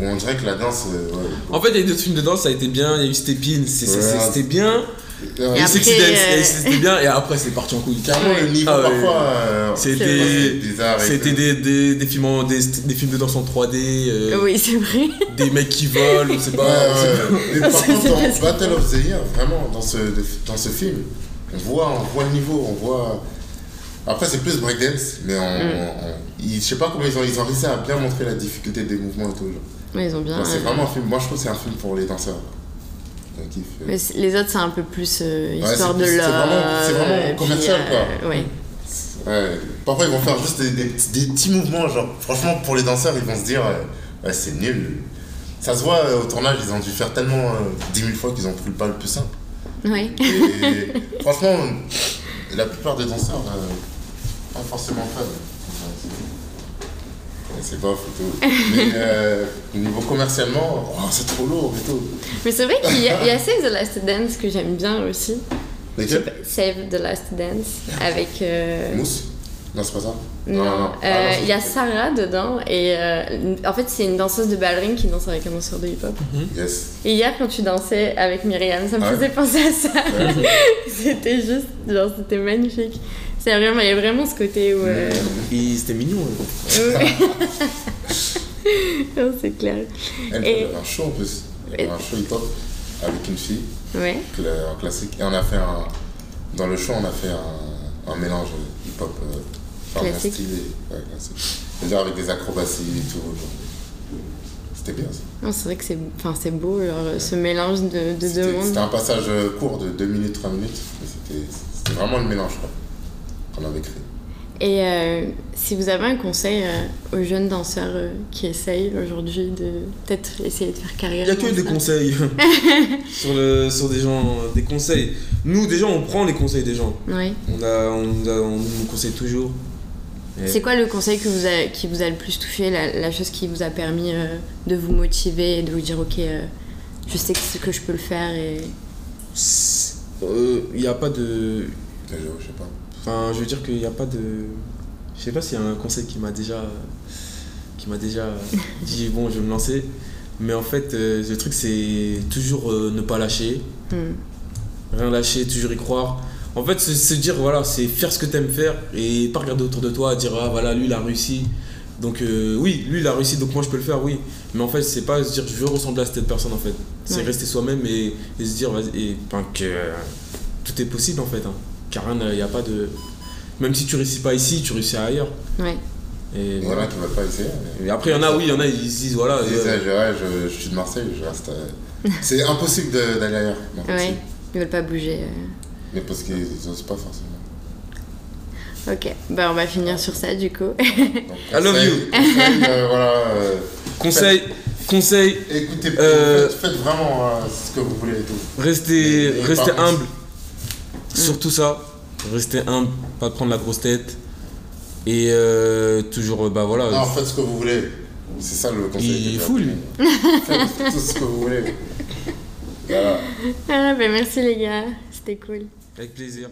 [SPEAKER 13] où on dirait que la danse. euh, ouais.
[SPEAKER 11] En fait, il y a eu d'autres films de danse, ça a été bien. Il y a eu Stepin, c'est- c'est- c'est-
[SPEAKER 13] Ouais.
[SPEAKER 11] c'était bien.
[SPEAKER 13] Euh,
[SPEAKER 11] Il y a eu
[SPEAKER 12] après,
[SPEAKER 11] Sexy Dance, il y a eu
[SPEAKER 12] euh,
[SPEAKER 11] C'était bien. Et après, c'est parti en couille.
[SPEAKER 13] Carrément, le niveau
[SPEAKER 11] Ah ouais.
[SPEAKER 13] parfois. euh,
[SPEAKER 11] C'était
[SPEAKER 13] c'est bizarre euh, et
[SPEAKER 11] c'était
[SPEAKER 13] tout.
[SPEAKER 11] des, des, des films en, des, des films de danse en 3D, euh,
[SPEAKER 12] Oui, c'est vrai.
[SPEAKER 11] des mecs qui volent, on sait
[SPEAKER 13] Ouais,
[SPEAKER 11] pas. on sait pas.
[SPEAKER 13] ouais. Bah, euh, Mais par contre,
[SPEAKER 12] C'est
[SPEAKER 13] dans
[SPEAKER 12] parce que-
[SPEAKER 13] Battle of the Year, vraiment, dans ce, dans ce film, on voit, on voit le niveau, on voit. Après, c'est plus breakdance, mais on,
[SPEAKER 12] Mm.
[SPEAKER 13] on- ils- je sais pas comment ils ont, ils ont réussi à bien montrer la difficulté des mouvements et tout. genre.
[SPEAKER 12] Ouais, ils ont bien.
[SPEAKER 13] Ouais, c'est
[SPEAKER 12] euh,
[SPEAKER 13] vraiment un film. Moi, je trouve que c'est un film pour les danseurs. C'est un kiff.
[SPEAKER 12] mais c'est- les autres, c'est un peu plus euh,
[SPEAKER 13] c'est
[SPEAKER 12] histoire
[SPEAKER 13] plus-
[SPEAKER 12] de
[SPEAKER 13] c'est
[SPEAKER 12] l'homme.
[SPEAKER 13] vraiment- c'est vraiment
[SPEAKER 12] euh, puis,
[SPEAKER 13] commercial,
[SPEAKER 12] euh, Ouais.
[SPEAKER 13] Ouais. Parfois, ils vont faire juste des, des petits- des petits mouvements. Genre, franchement, pour les danseurs, ils vont se dire euh, ouais, c'est nul. Ça se voit euh, au tournage, ils ont dû faire tellement euh, 10 000 fois qu'ils ont pris le pas le plus simple.
[SPEAKER 12] Ouais.
[SPEAKER 13] Et franchement, la plupart des danseurs, euh, pas forcément fans. Ouais, C'est pas photo. Mais euh, niveau commercialement, oh, c'est trop lourd et tout.
[SPEAKER 12] Mais c'est vrai qu'il y, a- il y a Save the Last Dance que j'aime bien aussi.
[SPEAKER 13] Lesquels
[SPEAKER 12] Save the Last Dance avec. euh,
[SPEAKER 13] Mousse Non, c'est pas ça
[SPEAKER 12] Non,
[SPEAKER 13] Ah,
[SPEAKER 12] Euh,
[SPEAKER 13] c'est-
[SPEAKER 12] il y a Sarah dedans et euh, une- en fait c'est une danseuse de ballerine qui danse avec un danseur de hip-hop.
[SPEAKER 13] Yes.
[SPEAKER 12] Et hier quand tu dansais avec Myriam, ça me
[SPEAKER 13] Ah ouais. Ah
[SPEAKER 12] faisait penser à ça. c'était juste, genre c'était magnifique. C'est vraiment, il y a vraiment ce côté où... euh,
[SPEAKER 11] Et c'était mignon. euh.
[SPEAKER 12] où- Non, c'est clair.
[SPEAKER 13] Elle
[SPEAKER 12] Et-
[SPEAKER 13] elle avait un show en plus. Elle avait un show hip-hop avec une fille,
[SPEAKER 12] Ouais.
[SPEAKER 13] cla- en classique. Et on a fait un. Dans le show, on a fait un, un mélange hip-hop. euh, enfin, un
[SPEAKER 12] Classique.
[SPEAKER 13] style et- ouais, classique. C'est-à-dire avec des acrobaties et tout. genre. C'était bien ça.
[SPEAKER 12] Non, c'est vrai que c'est enfin, c'est beau, genre, euh, ce mélange de, de deux
[SPEAKER 13] C'était c'était
[SPEAKER 12] mondes.
[SPEAKER 13] un passage euh, court de 2 minutes, 3 minutes. mais c'était- C'était vraiment le mélange quoi, qu'on avait créé.
[SPEAKER 12] Et euh, si vous avez un conseil euh, aux jeunes danseurs euh, qui essayent aujourd'hui de peut-être essayer de faire carrière...
[SPEAKER 11] Il n'y a que
[SPEAKER 12] dans
[SPEAKER 11] des
[SPEAKER 12] ça.
[SPEAKER 11] conseils sur, le, sur des gens, euh, des conseils. Nous, déjà, on prend les conseils des gens.
[SPEAKER 12] Ouais.
[SPEAKER 11] On, a, on, a- on nous conseille toujours. Et-
[SPEAKER 12] C'est quoi le conseil que vous a- qui vous a le plus touché, la, la chose qui vous a permis euh, de vous motiver et de vous dire ok, euh, je sais que, c'est- que je peux le faire et
[SPEAKER 11] Il n'y Euh, a pas de.
[SPEAKER 13] Déjà, je sais pas.
[SPEAKER 11] Enfin, je veux dire qu'il n'y a pas de. Je sais pas s'il y a un conseil qui m'a déjà. qui m'a déjà dit, bon, je vais me lancer. Mais en fait, euh, le truc, c'est toujours euh, ne pas lâcher.
[SPEAKER 12] Mm.
[SPEAKER 11] Rien lâcher, toujours y croire. En fait, se, se dire, voilà, c'est faire ce que t'aimes faire et pas regarder autour de toi, dire, ah voilà, lui, il a réussi. Donc, euh, oui, lui, il a réussi, donc moi, je peux le faire, oui. Mais en fait, c'est pas se dire, je veux ressembler à cette personne, en fait. C'est
[SPEAKER 12] Ouais.
[SPEAKER 11] rester soi-même et, et se dire, vas-y, et, enfin, que euh, tout est possible, en fait. hein. Car il n'y a pas de. Même si tu réussis pas ici, tu réussis ailleurs.
[SPEAKER 12] Ouais.
[SPEAKER 11] Et
[SPEAKER 13] Voilà, tu vas pas essayer. mais-
[SPEAKER 11] Et après, il y en a, oui, il y en a, ils se disent, voilà.
[SPEAKER 13] Ils
[SPEAKER 11] euh,
[SPEAKER 13] disent, ouais, je, ouais, je- je suis de Marseille, je reste. euh, C'est impossible de- d'aller ailleurs. non,
[SPEAKER 12] Ouais.
[SPEAKER 13] c'est-
[SPEAKER 12] Ils veulent pas bouger. euh.
[SPEAKER 13] Mais parce qu'ils osent pas forcément.
[SPEAKER 12] Ok. Bah on va finir sur ça du coup.
[SPEAKER 13] Donc,
[SPEAKER 11] I love
[SPEAKER 13] conseil-
[SPEAKER 11] you.
[SPEAKER 13] conseil, euh, voilà. euh,
[SPEAKER 11] Conseil, conseil,
[SPEAKER 13] Écoutez,
[SPEAKER 11] Euh,
[SPEAKER 13] faites, faites vraiment euh, ce que vous voulez et tout.
[SPEAKER 11] restez,
[SPEAKER 13] Et- et
[SPEAKER 11] restez
[SPEAKER 13] par contre-
[SPEAKER 11] humble. Surtout ça, restez humble, pas prendre la grosse tête. Et euh, toujours, euh, bah voilà.
[SPEAKER 13] Non, faites ce que vous voulez. C'est ça le conseil.
[SPEAKER 11] Il
[SPEAKER 13] que
[SPEAKER 11] est
[SPEAKER 13] j'ai
[SPEAKER 11] fou, lui.
[SPEAKER 13] appris. Faites tout ce que vous voulez. Voilà.
[SPEAKER 12] Ah bah merci les gars. C'était cool.
[SPEAKER 11] Avec plaisir.